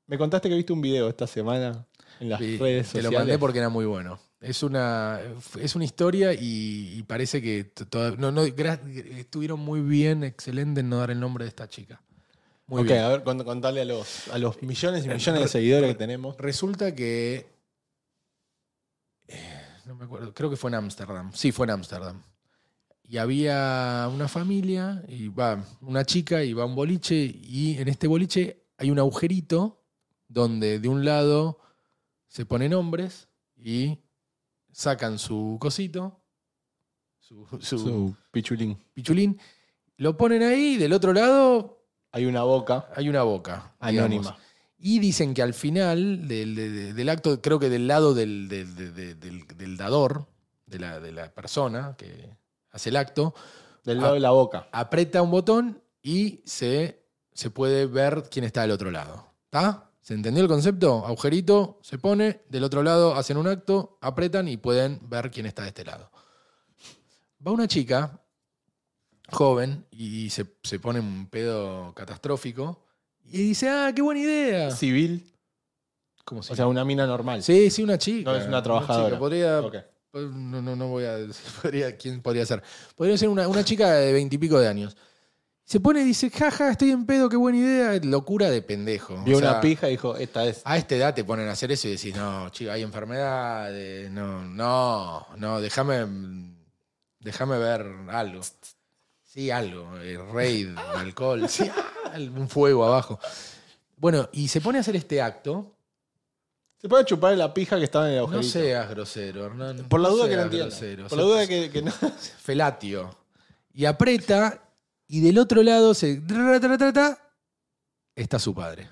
[SPEAKER 1] Me contaste que viste un video esta semana en las
[SPEAKER 2] Y
[SPEAKER 1] redes
[SPEAKER 2] te
[SPEAKER 1] sociales.
[SPEAKER 2] lo mandé porque era muy bueno. Es una, es una historia y, y parece que t- toda- no, no, gra- estuvieron muy bien, excelente en no dar el nombre de esta chica. Muy
[SPEAKER 1] ok,
[SPEAKER 2] bien. Eh,
[SPEAKER 1] a ver, cont- contale a los, a los millones y millones de seguidores que tenemos.
[SPEAKER 2] Resulta que. eh, No me acuerdo, creo que fue en Ámsterdam. Sí, fue en Ámsterdam. Y había una familia, y va una chica, y va a un boliche, y en este boliche hay un agujerito donde de un lado se ponen hombres y sacan su cosito, su, su
[SPEAKER 1] Su pichulín.
[SPEAKER 2] pichulín, lo ponen ahí, y del otro lado
[SPEAKER 1] Hay una boca
[SPEAKER 2] hay una boca. digamos.
[SPEAKER 1] anónima.
[SPEAKER 2] Y dicen que al final del, de- de- del acto, creo que del lado del, del- de- de- del- del dador, de la, de la persona que hace el acto,
[SPEAKER 1] Del
[SPEAKER 2] Ah.
[SPEAKER 1] lado de la boca.
[SPEAKER 2] aprieta un botón y se, se puede ver quién está del otro lado. ¿Está? ¿Se entendió el concepto? Agujerito, se pone, del otro lado hacen un acto, apretan y pueden ver quién está de este lado. Va una chica joven y se, se pone un pedo catastrófico y dice, ah, qué buena idea.
[SPEAKER 1] Civil,
[SPEAKER 2] Como si-
[SPEAKER 1] o sea, una mina normal.
[SPEAKER 2] Sí, sí, una chica.
[SPEAKER 1] No es una trabajadora.
[SPEAKER 2] chica. Podría, pues,
[SPEAKER 1] Ok.
[SPEAKER 2] no, no, no voy a decir [laughs] podría- quién podría ser. Podría ser una, una chica de veintipico de años. Se pone y dice, jaja, estoy en pedo, qué buena idea. Locura de pendejo. O
[SPEAKER 1] Vio
[SPEAKER 2] sea,
[SPEAKER 1] una pija y dijo, esta es.
[SPEAKER 2] A esta edad te ponen a hacer eso y decís, no, chica, hay enfermedades, no, no, no, déjame, déjame ver algo. Sí, algo, eh,
[SPEAKER 1] [laughs]
[SPEAKER 2] raid, alcohol, sí, ah, un fuego abajo. Bueno, y se pone a hacer este acto.
[SPEAKER 1] Se puede chupar la pija que estaba en el
[SPEAKER 2] No
[SPEAKER 1] agujerito.
[SPEAKER 2] seas grosero, Hernán.
[SPEAKER 1] Por la
[SPEAKER 2] No
[SPEAKER 1] duda que no
[SPEAKER 2] seas
[SPEAKER 1] entiendo.
[SPEAKER 2] grosero.
[SPEAKER 1] Por la duda que, que
[SPEAKER 2] [laughs]
[SPEAKER 1] no.
[SPEAKER 2] Felatio. Y aprieta, y del otro lado se. tra, tra, tra, tra, está su padre.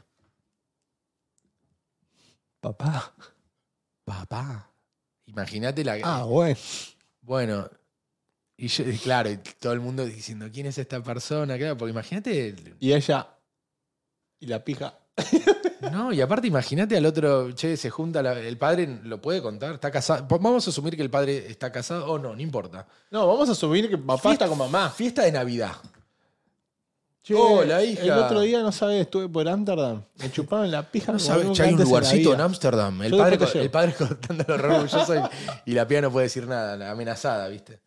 [SPEAKER 1] Papá.
[SPEAKER 2] Papá. Imagínate la.
[SPEAKER 1] Ah, bueno.
[SPEAKER 2] Bueno. Y yo- y claro, y todo el mundo diciendo, ¿quién es esta persona? Claro, porque imagínate. el-
[SPEAKER 1] Y ella. Y la pija.
[SPEAKER 2] No, y aparte imagínate al otro, che, se junta, la- el padre lo puede contar, está casado. Po- Vamos a asumir que el padre está casado o no, no importa.
[SPEAKER 1] No, vamos a asumir que papá está con mamá.
[SPEAKER 2] Fiesta de Navidad.
[SPEAKER 1] Che,
[SPEAKER 2] Hola, hija.
[SPEAKER 1] El otro día, no sabes, estuve por Amsterdam. Me chuparon la pija.
[SPEAKER 2] No
[SPEAKER 1] como
[SPEAKER 2] sabes
[SPEAKER 1] nunca
[SPEAKER 2] que hay un
[SPEAKER 1] antes en la
[SPEAKER 2] lugarcito
[SPEAKER 1] vida.
[SPEAKER 2] en Ámsterdam. El
[SPEAKER 1] Yo
[SPEAKER 2] padre,
[SPEAKER 1] después
[SPEAKER 2] co-
[SPEAKER 1] te llevo.
[SPEAKER 2] el padre [laughs] contándolo re orgulloso y, y la piba no puede decir nada, la amenazada, ¿viste?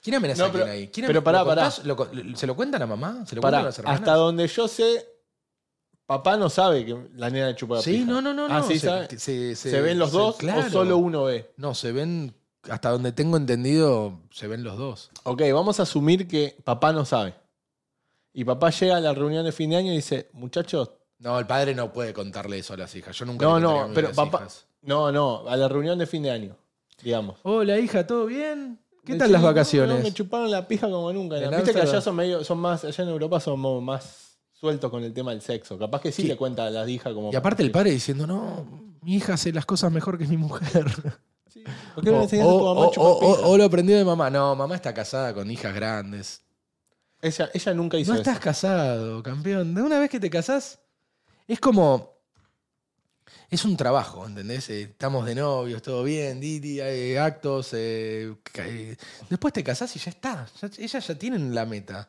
[SPEAKER 2] ¿Quién amenaza
[SPEAKER 1] No,
[SPEAKER 2] a quién
[SPEAKER 1] pero-
[SPEAKER 2] ahí? ¿Quién
[SPEAKER 1] pero
[SPEAKER 2] amen-
[SPEAKER 1] pará,
[SPEAKER 2] ¿lo
[SPEAKER 1] pará.
[SPEAKER 2] contás? ¿Lo co- le- ¿Se lo cuentan a mamá? ¿Se lo
[SPEAKER 1] Pará,
[SPEAKER 2] cuentan a las hermanas?
[SPEAKER 1] hasta donde yo sé, papá no sabe que la nena le chupa la
[SPEAKER 2] Sí,
[SPEAKER 1] pija.
[SPEAKER 2] no, no, no.
[SPEAKER 1] Ah,
[SPEAKER 2] no,
[SPEAKER 1] sí,
[SPEAKER 2] se-
[SPEAKER 1] sabe.
[SPEAKER 2] se-
[SPEAKER 1] ¿Se,
[SPEAKER 2] se-
[SPEAKER 1] ven los
[SPEAKER 2] se-
[SPEAKER 1] dos
[SPEAKER 2] claro.
[SPEAKER 1] o solo uno ve?
[SPEAKER 2] No, se ven, hasta donde tengo entendido, se ven los dos.
[SPEAKER 1] Ok, vamos a asumir que papá no sabe. Y papá llega a la reunión de fin de año y dice, muchachos,
[SPEAKER 2] No, el padre no puede contarle eso a las hijas. Yo nunca
[SPEAKER 1] No,
[SPEAKER 2] le contaría a
[SPEAKER 1] no,
[SPEAKER 2] mis
[SPEAKER 1] pero
[SPEAKER 2] las
[SPEAKER 1] papá.
[SPEAKER 2] hijas.
[SPEAKER 1] No, no, a la reunión de fin de año, digamos.
[SPEAKER 2] Hola, hija, ¿todo bien? ¿Qué
[SPEAKER 1] Me
[SPEAKER 2] tal las
[SPEAKER 1] chup-
[SPEAKER 2] vacaciones?
[SPEAKER 1] no, me chuparon la pija como nunca.
[SPEAKER 2] En
[SPEAKER 1] Viste que
[SPEAKER 2] Ámsterdam.
[SPEAKER 1] allá son medio, son más, allá en Europa son mo- más sueltos con el tema del sexo. Capaz que sí,
[SPEAKER 2] Sí.
[SPEAKER 1] le cuenta a las hijas como.
[SPEAKER 2] Y aparte el padre diciendo, no, mi hija hace las cosas mejor que mi mujer.
[SPEAKER 1] Sí. ¿Por qué no le
[SPEAKER 2] O-
[SPEAKER 1] enseñaste a tu
[SPEAKER 2] o-
[SPEAKER 1] mamá a
[SPEAKER 2] o-
[SPEAKER 1] chupar
[SPEAKER 2] o-
[SPEAKER 1] pija?
[SPEAKER 2] o lo aprendí de mamá. No, mamá está casada con hijas grandes.
[SPEAKER 1] Ella, ella nunca hizo
[SPEAKER 2] No estás
[SPEAKER 1] eso.
[SPEAKER 2] casado, campeón. De una vez que te casás, es como. Es un trabajo, ¿entendés? Eh, Estamos de novios, todo bien, Didi, hay actos. eh, ca- eh, Después te casás y ya está. Ya- ellas ya tienen la meta.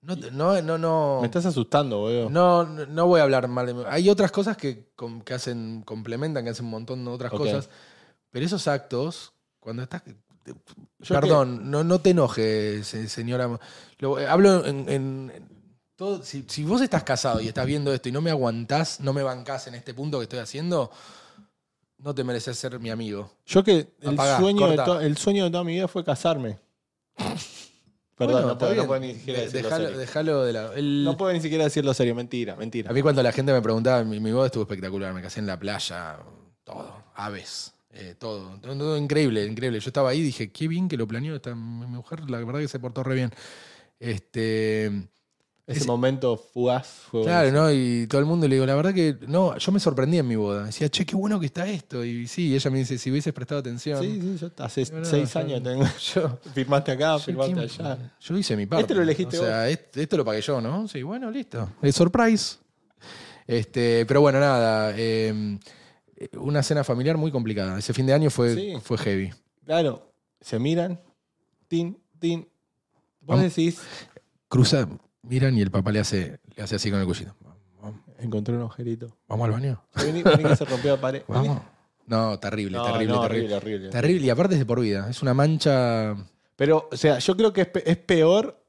[SPEAKER 2] No, te- no, no, no.
[SPEAKER 1] Me estás asustando, boludo.
[SPEAKER 2] No, no no voy a hablar mal de mi- Hay otras cosas que, com- que hacen, complementan, que hacen un montón de otras
[SPEAKER 1] Ok.
[SPEAKER 2] cosas. Pero esos actos, cuando estás.
[SPEAKER 1] Yo
[SPEAKER 2] Perdón, no, no te enojes, se- señora. Lo- eh, hablo en. en- en todo, si, si vos estás casado y estás viendo esto y no me aguantás, no me bancás en este punto que estoy haciendo, no te mereces ser mi amigo.
[SPEAKER 1] Yo que el,
[SPEAKER 2] Apagá,
[SPEAKER 1] sueño de
[SPEAKER 2] cortá.
[SPEAKER 1] to- el sueño de toda mi vida fue
[SPEAKER 2] [laughs]
[SPEAKER 1] casarme. Perdón,
[SPEAKER 2] Bueno,
[SPEAKER 1] no, puedo,
[SPEAKER 2] está
[SPEAKER 1] no puedo
[SPEAKER 2] bien.
[SPEAKER 1] ni siquiera
[SPEAKER 2] De-
[SPEAKER 1] decirlo
[SPEAKER 2] dejalo-
[SPEAKER 1] serio.
[SPEAKER 2] dejalo de lado. El-
[SPEAKER 1] No puedo ni siquiera decirlo serio, mentira, mentira.
[SPEAKER 2] A mí cuando la gente me preguntaba, mi, mi boda estuvo espectacular, me casé en la playa, todo, aves, eh, todo, No, no, increíble, increíble. Yo estaba ahí y dije, qué bien que lo planeó esta mi mujer, la verdad que se portó re bien. Este,
[SPEAKER 1] Ese,
[SPEAKER 2] ese-
[SPEAKER 1] momento fugaz fue.
[SPEAKER 2] claro, ¿no? Y todo el mundo le digo, la verdad que, no, yo me sorprendí en mi boda. Decía, che, qué bueno que está esto. Y sí, ella me dice, si hubieses prestado atención.
[SPEAKER 1] Sí, sí, yo hace
[SPEAKER 2] Bueno,
[SPEAKER 1] seis
[SPEAKER 2] yo-
[SPEAKER 1] años tengo.
[SPEAKER 2] Yo,
[SPEAKER 1] [laughs] Firmaste acá,
[SPEAKER 2] yo,
[SPEAKER 1] firmaste
[SPEAKER 2] ¿quién-
[SPEAKER 1] allá.
[SPEAKER 2] yo hice mi parte.
[SPEAKER 1] Este lo elegiste
[SPEAKER 2] O sea, est- esto lo pagué yo, ¿no? Sí, bueno, listo. El surprise. Este, pero bueno, nada. eh, una cena familiar muy complicada. Ese fin de año fue,
[SPEAKER 1] Sí.
[SPEAKER 2] fue heavy.
[SPEAKER 1] Claro, se miran, tin, tin. Vos
[SPEAKER 2] Vamos.
[SPEAKER 1] decís,
[SPEAKER 2] Cruza, miran y el papá le hace, le hace así con el cuchillo.
[SPEAKER 1] encontré un agujerito.
[SPEAKER 2] ¿Vamos al baño?
[SPEAKER 1] Vení, vení que se rompió la pared. Vení.
[SPEAKER 2] ¿Vamos? No, terrible,
[SPEAKER 1] No,
[SPEAKER 2] terrible,
[SPEAKER 1] no,
[SPEAKER 2] terrible.
[SPEAKER 1] horrible, horrible.
[SPEAKER 2] Terrible, y aparte es de por vida. Es una mancha.
[SPEAKER 1] Pero, o sea, yo creo que es pe- es peor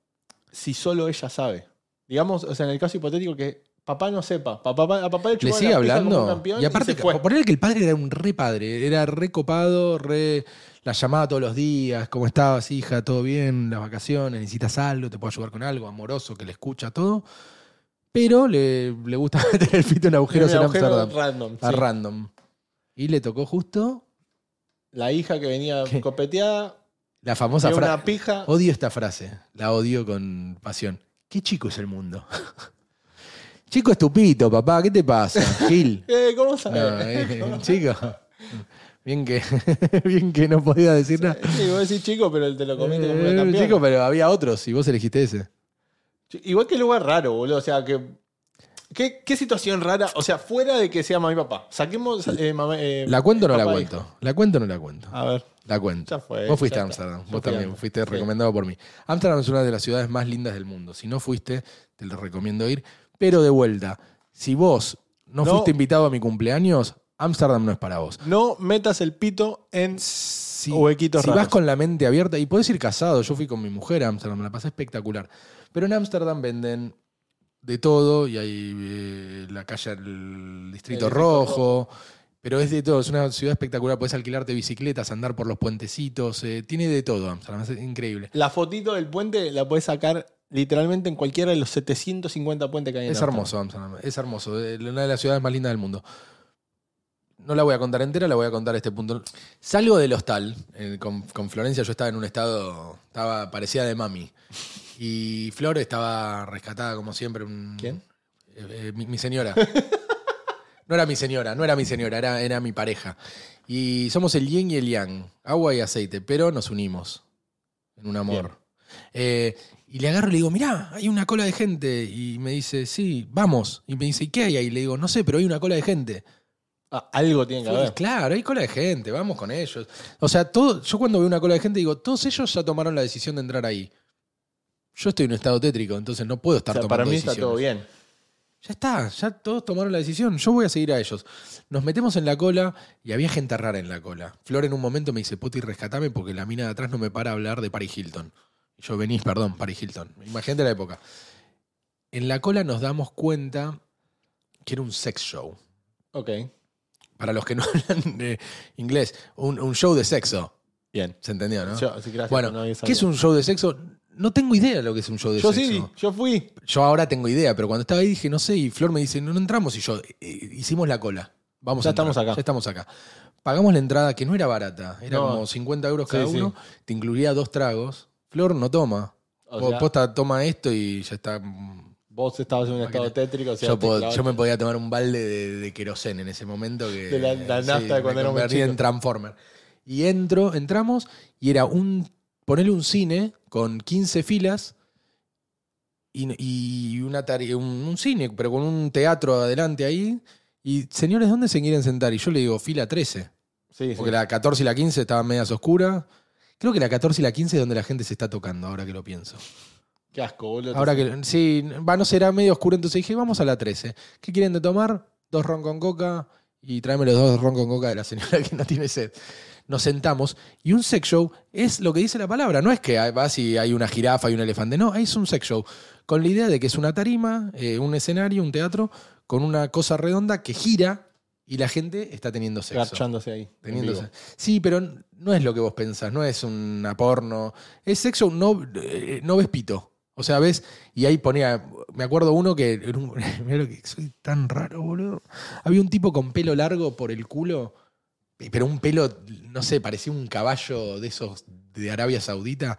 [SPEAKER 1] si solo ella sabe. Digamos, o sea, en el caso hipotético que papá no sepa. Papá, a papá le
[SPEAKER 2] Le
[SPEAKER 1] chuparon
[SPEAKER 2] sigue
[SPEAKER 1] la pija como un
[SPEAKER 2] hablando.
[SPEAKER 1] campeón
[SPEAKER 2] Y aparte,
[SPEAKER 1] se fue.
[SPEAKER 2] ponerle que el padre era un re padre, era re copado, re. La llamaba todos los días, ¿cómo estabas, hija? ¿Todo bien? ¿Las vacaciones? ¿Necesitas algo? ¿Te puedo ayudar con algo? Amoroso, que le escucha todo. Pero le, le gusta [laughs] meter el pito en agujeros
[SPEAKER 1] Tiene un
[SPEAKER 2] en
[SPEAKER 1] agujero
[SPEAKER 2] Amsterdam.
[SPEAKER 1] random,
[SPEAKER 2] A
[SPEAKER 1] sí.
[SPEAKER 2] random. Y le tocó justo
[SPEAKER 1] La hija que venía
[SPEAKER 2] ¿Qué?
[SPEAKER 1] copeteada,
[SPEAKER 2] la famosa
[SPEAKER 1] de
[SPEAKER 2] frase.
[SPEAKER 1] una pija.
[SPEAKER 2] Odio esta frase, la odio con pasión. ¿Qué chico es el mundo? [laughs] chico es tu pito, papá, ¿qué te pasa? Gil.
[SPEAKER 1] Eh, ¿Cómo
[SPEAKER 2] No,
[SPEAKER 1] sabes? [laughs]
[SPEAKER 2] eh, chico. Bien que, [laughs] bien que no podía decir nada.
[SPEAKER 1] [laughs] Sí, vos decís chico, pero te lo comiste como
[SPEAKER 2] Eh,
[SPEAKER 1] una campeona. Eh,
[SPEAKER 2] chico, pero había otros y vos elegiste ese.
[SPEAKER 1] Sí, Igual que lugar raro, boludo. O sea, que. ¿Qué, qué situación rara? O sea, fuera de que sea mamá y papá. Saquemos. eh, mamá- eh,
[SPEAKER 2] ¿La cuento o no la
[SPEAKER 1] papá e
[SPEAKER 2] cuento? ¿La cuento o no la cuento?
[SPEAKER 1] hijo. A ver.
[SPEAKER 2] La cuento.
[SPEAKER 1] Ya fue,
[SPEAKER 2] vos fuiste
[SPEAKER 1] ya
[SPEAKER 2] a
[SPEAKER 1] está.
[SPEAKER 2] Ámsterdam.
[SPEAKER 1] Yo
[SPEAKER 2] Vos
[SPEAKER 1] fui a
[SPEAKER 2] también
[SPEAKER 1] Ámsterdam,
[SPEAKER 2] fuiste
[SPEAKER 1] sí.
[SPEAKER 2] recomendado por mí. Ámsterdam es una de las ciudades más lindas del mundo. Si no fuiste, te lo recomiendo ir. Pero de vuelta, si vos no,
[SPEAKER 1] No.
[SPEAKER 2] fuiste invitado a mi cumpleaños, Ámsterdam no es para vos.
[SPEAKER 1] No metas el pito en.
[SPEAKER 2] si,
[SPEAKER 1] Huequitos
[SPEAKER 2] si
[SPEAKER 1] raros.
[SPEAKER 2] vas con la mente abierta, y puedes ir casado, yo fui con mi mujer a Ámsterdam, me la pasé espectacular. Pero en Ámsterdam venden de todo, y hay eh, la calle el Distrito
[SPEAKER 1] El Distrito
[SPEAKER 2] Rojo, pero es de todo, es una ciudad espectacular, puedes alquilarte bicicletas, andar por los puentecitos, eh, tiene de todo Ámsterdam, es increíble.
[SPEAKER 1] La fotito del puente la puedes sacar literalmente en cualquiera de los 750 puentes que hay en
[SPEAKER 2] Es
[SPEAKER 1] Amsterdam.
[SPEAKER 2] hermoso Ámsterdam, es hermoso, eh, una de las ciudades más lindas del mundo. No la voy a contar entera, la voy a contar a este punto. Salgo del hostal, eh, con, con Florencia yo estaba en un estado, estaba parecía de mami. Y Flor estaba rescatada como siempre. un-
[SPEAKER 1] ¿Quién?
[SPEAKER 2] Eh, eh, mi, mi señora. no era mi señora, no era mi señora, era, era mi pareja. Y somos el yin y el yang, agua y aceite, pero nos unimos en un amor. Eh, Y le agarro y le digo, mirá, hay una cola de gente. Y me dice, sí, vamos. Y me dice, ¿y qué hay ahí? Y le digo, no sé, pero hay una cola de gente.
[SPEAKER 1] Ah, algo tiene que
[SPEAKER 2] Fue,
[SPEAKER 1] haber.
[SPEAKER 2] claro, hay cola de gente, vamos con ellos. O sea, todo, yo cuando veo una cola de gente digo, todos ellos ya tomaron la decisión de entrar ahí. Yo estoy en un estado tétrico, entonces no puedo
[SPEAKER 1] O
[SPEAKER 2] estar
[SPEAKER 1] sea,
[SPEAKER 2] tomando
[SPEAKER 1] para mí está
[SPEAKER 2] decisiones.
[SPEAKER 1] todo bien.
[SPEAKER 2] Ya está, ya todos tomaron la decisión. Yo voy a seguir a ellos. Nos metemos en la cola y había gente rara en la cola. Flor en un momento me dice, Poti, rescatame porque la mina de atrás no me para a hablar de Paris Hilton. Y yo, venís, perdón, Paris Hilton. Imagínate la época. En la cola nos damos cuenta que era un sex show.
[SPEAKER 1] Ok.
[SPEAKER 2] Para los que no [laughs] hablan de inglés, un, un show de sexo.
[SPEAKER 1] Bien.
[SPEAKER 2] ¿Se entendió, no?
[SPEAKER 1] Yo- sí, gracias,
[SPEAKER 2] bueno,
[SPEAKER 1] no había
[SPEAKER 2] ¿qué es
[SPEAKER 1] sabido.
[SPEAKER 2] un show de sexo? No tengo idea de lo que es un show de
[SPEAKER 1] Yo
[SPEAKER 2] sexo
[SPEAKER 1] sí, yo fui.
[SPEAKER 2] yo ahora tengo idea, pero cuando estaba ahí dije, no sé, y Flor me dice, no, no entramos, y yo, eh, hicimos la cola. Vamos
[SPEAKER 1] Ya
[SPEAKER 2] a entrar.
[SPEAKER 1] estamos acá.
[SPEAKER 2] Ya estamos acá. Pagamos la entrada, que no era barata, era
[SPEAKER 1] No.
[SPEAKER 2] como 50 euros cada
[SPEAKER 1] Sí, sí.
[SPEAKER 2] uno, te incluía dos tragos. Flor no toma.
[SPEAKER 1] O
[SPEAKER 2] Po-
[SPEAKER 1] sea-
[SPEAKER 2] Posta toma esto y ya está. mm,
[SPEAKER 1] Vos estabas en un estado
[SPEAKER 2] Imagínate.
[SPEAKER 1] tétrico. O sea,
[SPEAKER 2] Yo,
[SPEAKER 1] te
[SPEAKER 2] puedo-
[SPEAKER 1] clavas-
[SPEAKER 2] yo me podía tomar un balde de, de queroseno en ese momento que.
[SPEAKER 1] De la- la nafta de
[SPEAKER 2] me
[SPEAKER 1] cuando éramos
[SPEAKER 2] convertí en
[SPEAKER 1] chicos.
[SPEAKER 2] Transformer. Y entro, entramos y era un. Ponerle un cine con 15 filas y, y una tare- un, un cine, pero con un teatro adelante ahí. Y señores, ¿dónde se quieren sentar? Y yo le digo, fila 13.
[SPEAKER 1] Sí, sí.
[SPEAKER 2] Porque la 14 y la 15 estaban medias oscuras. Creo que la 14 y la 15 es donde la gente se está tocando, ahora que lo pienso.
[SPEAKER 1] Qué asco, boludo.
[SPEAKER 2] Ahora que sí, va, no será medio oscuro, entonces dije, vamos a la 13. ¿Qué quieren de tomar? Dos ron con coca y tráeme los dos ron con coca de la señora que no tiene sed. Nos sentamos y un sex show es lo que dice la palabra. No es que hay- vas y hay una jirafa y un elefante. No, es un sex show. Con la idea de que es una tarima, eh, un escenario, un teatro, con una cosa redonda que gira y la gente está teniendo sexo.
[SPEAKER 1] Garchándose ahí. en
[SPEAKER 2] Teniendo
[SPEAKER 1] vivo.
[SPEAKER 2] se- Sí, pero n- no es lo que vos pensás, no es una porno. Es sexo, no, eh, no ves pito. O sea, ves, y ahí ponía, me acuerdo uno que, en un- [laughs] mirá lo que soy tan raro, boludo. Había un tipo con pelo largo por el culo, pe- pero un pelo, no sé, parecía un caballo de esos de Arabia Saudita.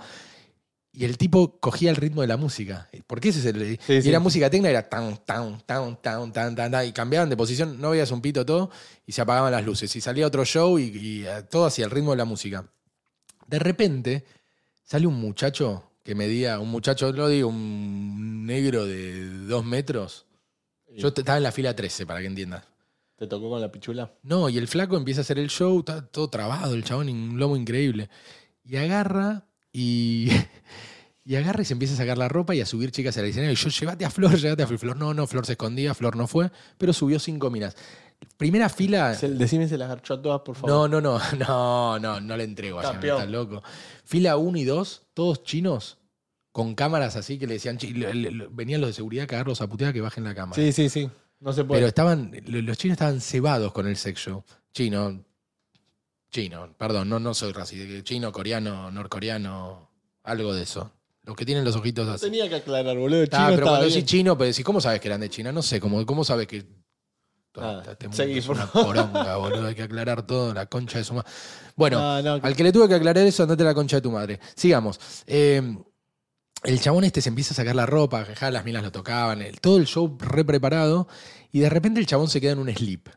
[SPEAKER 2] Y el tipo cogía el ritmo de la música. Porque ese es el.
[SPEAKER 1] Sí,
[SPEAKER 2] y
[SPEAKER 1] sí.
[SPEAKER 2] la música tecna era tan, tan, tan, tan, tan, tan, tan. Y cambiaban de posición, no veías un pito todo, y se apagaban las luces. Y salía otro show y, y, eh, todo hacia el ritmo de la música. De repente, sale un muchacho que medía, un muchacho, lo digo, un negro de dos metros.
[SPEAKER 1] Y
[SPEAKER 2] Yo t- estaba en la fila 13, para que entiendas.
[SPEAKER 1] ¿Te tocó con la pichula?
[SPEAKER 2] No, y el flaco empieza a hacer el show, está todo trabado, el chabón, un lomo increíble. Y agarra y. [laughs] Y agarra y se empieza a sacar la ropa y a subir chicas al escenario. Y yo, llévate a Flor, llévate a Flor. Flor no, no, Flor se escondía, Flor no fue, pero subió cinco minas. Primera fila.
[SPEAKER 1] Se- Decime si las garchó a todas, por favor.
[SPEAKER 2] Ah, No, no, [laughs] no, no, no, no le entrego a
[SPEAKER 1] Campeón.
[SPEAKER 2] está loco. Fila 1 y 2, todos chinos, con cámaras así que le decían, chi- le- le- le- venían los de seguridad a cagarlos a puteada que bajen la cámara.
[SPEAKER 1] Sí, sí, sí. No se puede.
[SPEAKER 2] Pero estaban, lo- los chinos estaban cebados con el sex show. Chino, chino, perdón, no, no soy racista, chino, coreano, norcoreano, algo de eso. Los que tienen los ojitos así.
[SPEAKER 1] Tenía que aclarar, boludo. El
[SPEAKER 2] Ah,
[SPEAKER 1] chino
[SPEAKER 2] pero
[SPEAKER 1] estaba
[SPEAKER 2] cuando
[SPEAKER 1] bien.
[SPEAKER 2] decís chino, pues decís, ¿cómo sabes que eran de China? No sé, ¿cómo, cómo sabes que.?
[SPEAKER 1] Nada,
[SPEAKER 2] Este mundo
[SPEAKER 1] Ah, seguí,
[SPEAKER 2] es
[SPEAKER 1] por
[SPEAKER 2] una poronga, boludo. Hay que aclarar todo, la concha de su madre. Bueno,
[SPEAKER 1] No, no, que-
[SPEAKER 2] al que le tuve que aclarar eso, andate a la concha de tu madre. Sigamos. Eh, el chabón este se empieza a sacar la ropa, jaja, las minas lo tocaban, el- todo el show re preparado, y de repente el chabón se queda en un sleep.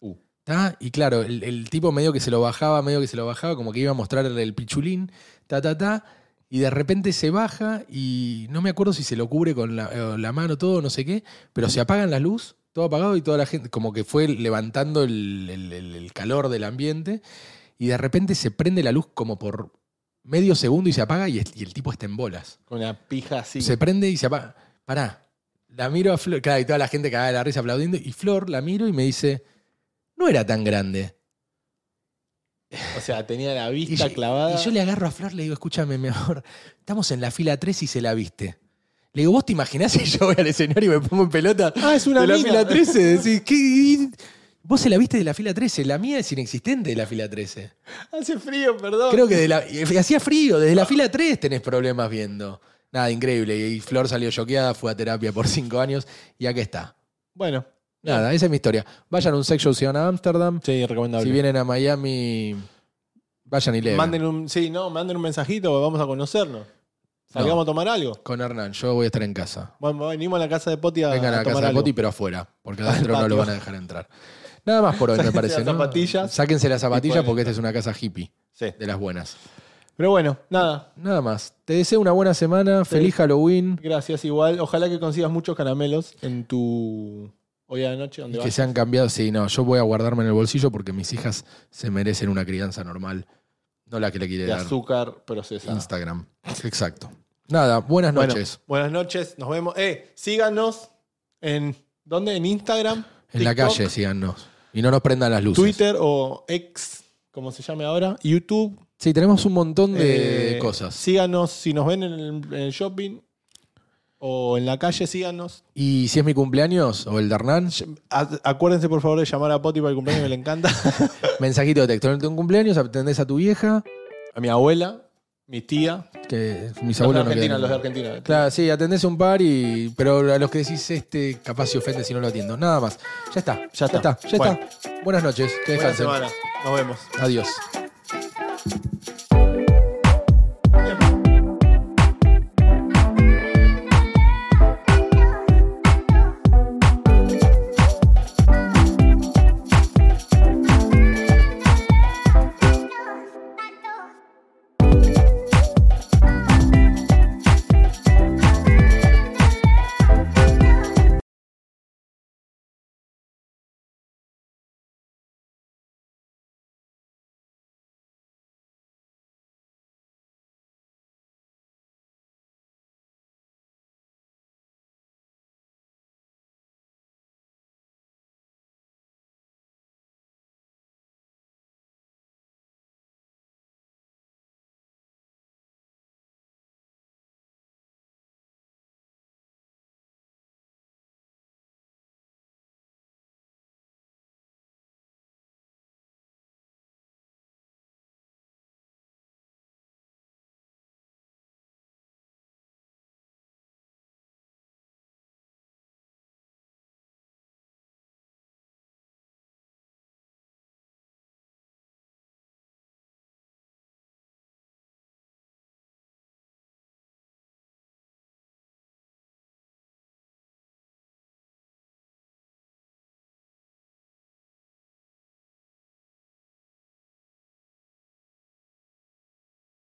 [SPEAKER 1] Uh.
[SPEAKER 2] ¿Tá? Y claro, el, el tipo medio que se lo bajaba, medio que se lo bajaba, como que iba a mostrar el pichulín, ta, ta, ta, y de repente se baja y no me acuerdo si se lo cubre con la, eh, la mano, todo, no sé qué, pero se apagan la luz, todo apagado y toda la gente, como que fue levantando el- el- el- el calor del ambiente, y de repente se prende la luz como por medio segundo y se apaga y, es- y el tipo está en bolas.
[SPEAKER 1] Con una pija así.
[SPEAKER 2] Se prende y se apaga. Pará. La miro a Flor, claro, y toda la gente cagada de la risa aplaudiendo, y Flor la miro y me dice, no era tan grande.
[SPEAKER 1] O sea, tenía la
[SPEAKER 2] Y
[SPEAKER 1] vista
[SPEAKER 2] yo-
[SPEAKER 1] clavada.
[SPEAKER 2] Y yo le agarro a Flor, le digo, escúchame, mi amor, estamos en la fila 3 y se la viste. Le digo, ¿vos te imaginás [laughs] si yo voy al escenario y me pongo en pelota?
[SPEAKER 1] Ah, es una
[SPEAKER 2] de la
[SPEAKER 1] mina.
[SPEAKER 2] fila 13. Decís, ¿qué? Vos se la viste de la fila 13, la mía es inexistente de la fila 13.
[SPEAKER 1] [laughs] Hace frío, perdón.
[SPEAKER 2] Creo que de la- y hacía frío, desde la fila 3 tenés problemas viendo. Nada, increíble. Y Flor salió choqueada, fue a terapia por 5 años y aquí está.
[SPEAKER 1] Bueno,
[SPEAKER 2] Nada, esa es mi historia. Vayan a un sex show si van a Ámsterdam.
[SPEAKER 1] sí, recomendable.
[SPEAKER 2] Si vienen a Miami, vayan y lean.
[SPEAKER 1] manden un, sí, no, manden un mensajito, vamos a conocernos. Salgamos a tomar algo.
[SPEAKER 2] Con Hernán, yo voy a estar en casa.
[SPEAKER 1] Bueno, venimos a la casa de Poti a,
[SPEAKER 2] Vengan a,
[SPEAKER 1] Ah, a
[SPEAKER 2] la
[SPEAKER 1] tomar
[SPEAKER 2] casa de
[SPEAKER 1] algo.
[SPEAKER 2] Poti, pero afuera, porque adentro no
[SPEAKER 1] patio.
[SPEAKER 2] lo van a dejar entrar. Nada más por hoy, me
[SPEAKER 1] Sáquense
[SPEAKER 2] parece.
[SPEAKER 1] [laughs] las
[SPEAKER 2] ¿no?
[SPEAKER 1] zapatillas.
[SPEAKER 2] Sáquense las zapatillas
[SPEAKER 1] pueden
[SPEAKER 2] porque esta es una casa hippie
[SPEAKER 1] Sí.
[SPEAKER 2] de las buenas.
[SPEAKER 1] Pero bueno, nada.
[SPEAKER 2] Nada más. Te deseo una buena semana. Feliz Halloween.
[SPEAKER 1] Gracias igual. Ojalá que consigas muchos caramelos en tu hoy a la noche.
[SPEAKER 2] Y
[SPEAKER 1] Donde
[SPEAKER 2] que
[SPEAKER 1] vas.
[SPEAKER 2] se han cambiado. Sí, no, yo voy a guardarme en el bolsillo porque mis hijas se merecen una crianza normal. No la que le quiere
[SPEAKER 1] De
[SPEAKER 2] dar
[SPEAKER 1] azúcar procesada.
[SPEAKER 2] Instagram. Exacto. Nada, buenas
[SPEAKER 1] Bueno,
[SPEAKER 2] noches.
[SPEAKER 1] buenas noches. Nos vemos. Eh, síganos en ¿dónde? En Instagram,
[SPEAKER 2] en la
[SPEAKER 1] TikTok,
[SPEAKER 2] calle, síganos. Y no nos prendan las luces.
[SPEAKER 1] Twitter o X, como se llame ahora, YouTube.
[SPEAKER 2] Sí, tenemos un montón de
[SPEAKER 1] Eh,
[SPEAKER 2] cosas.
[SPEAKER 1] Síganos si nos ven en el, en el shopping o en la calle, síganos.
[SPEAKER 2] Y si es mi cumpleaños o el de Hernán,
[SPEAKER 1] A- acuérdense por favor de llamar a Poti para el cumpleaños que le
[SPEAKER 2] [laughs]
[SPEAKER 1] encanta.
[SPEAKER 2] mensajito de texto. En un cumpleaños atendés a tu vieja,
[SPEAKER 1] a mi abuela, mi tía,
[SPEAKER 2] que
[SPEAKER 1] los
[SPEAKER 2] mis
[SPEAKER 1] de
[SPEAKER 2] abuelos no
[SPEAKER 1] Argentina,
[SPEAKER 2] quedan-
[SPEAKER 1] los de Argentina.
[SPEAKER 2] Claro, sí, atendés un par y. Pero a los que decís este, capaz se ofende si no lo atiendo. Nada más. Ya está.
[SPEAKER 1] Ya está.
[SPEAKER 2] Ya está. ya
[SPEAKER 1] Bueno.
[SPEAKER 2] está. Buenas noches. Que
[SPEAKER 1] Buena
[SPEAKER 2] descansen.
[SPEAKER 1] semana. Nos vemos.
[SPEAKER 2] Adiós.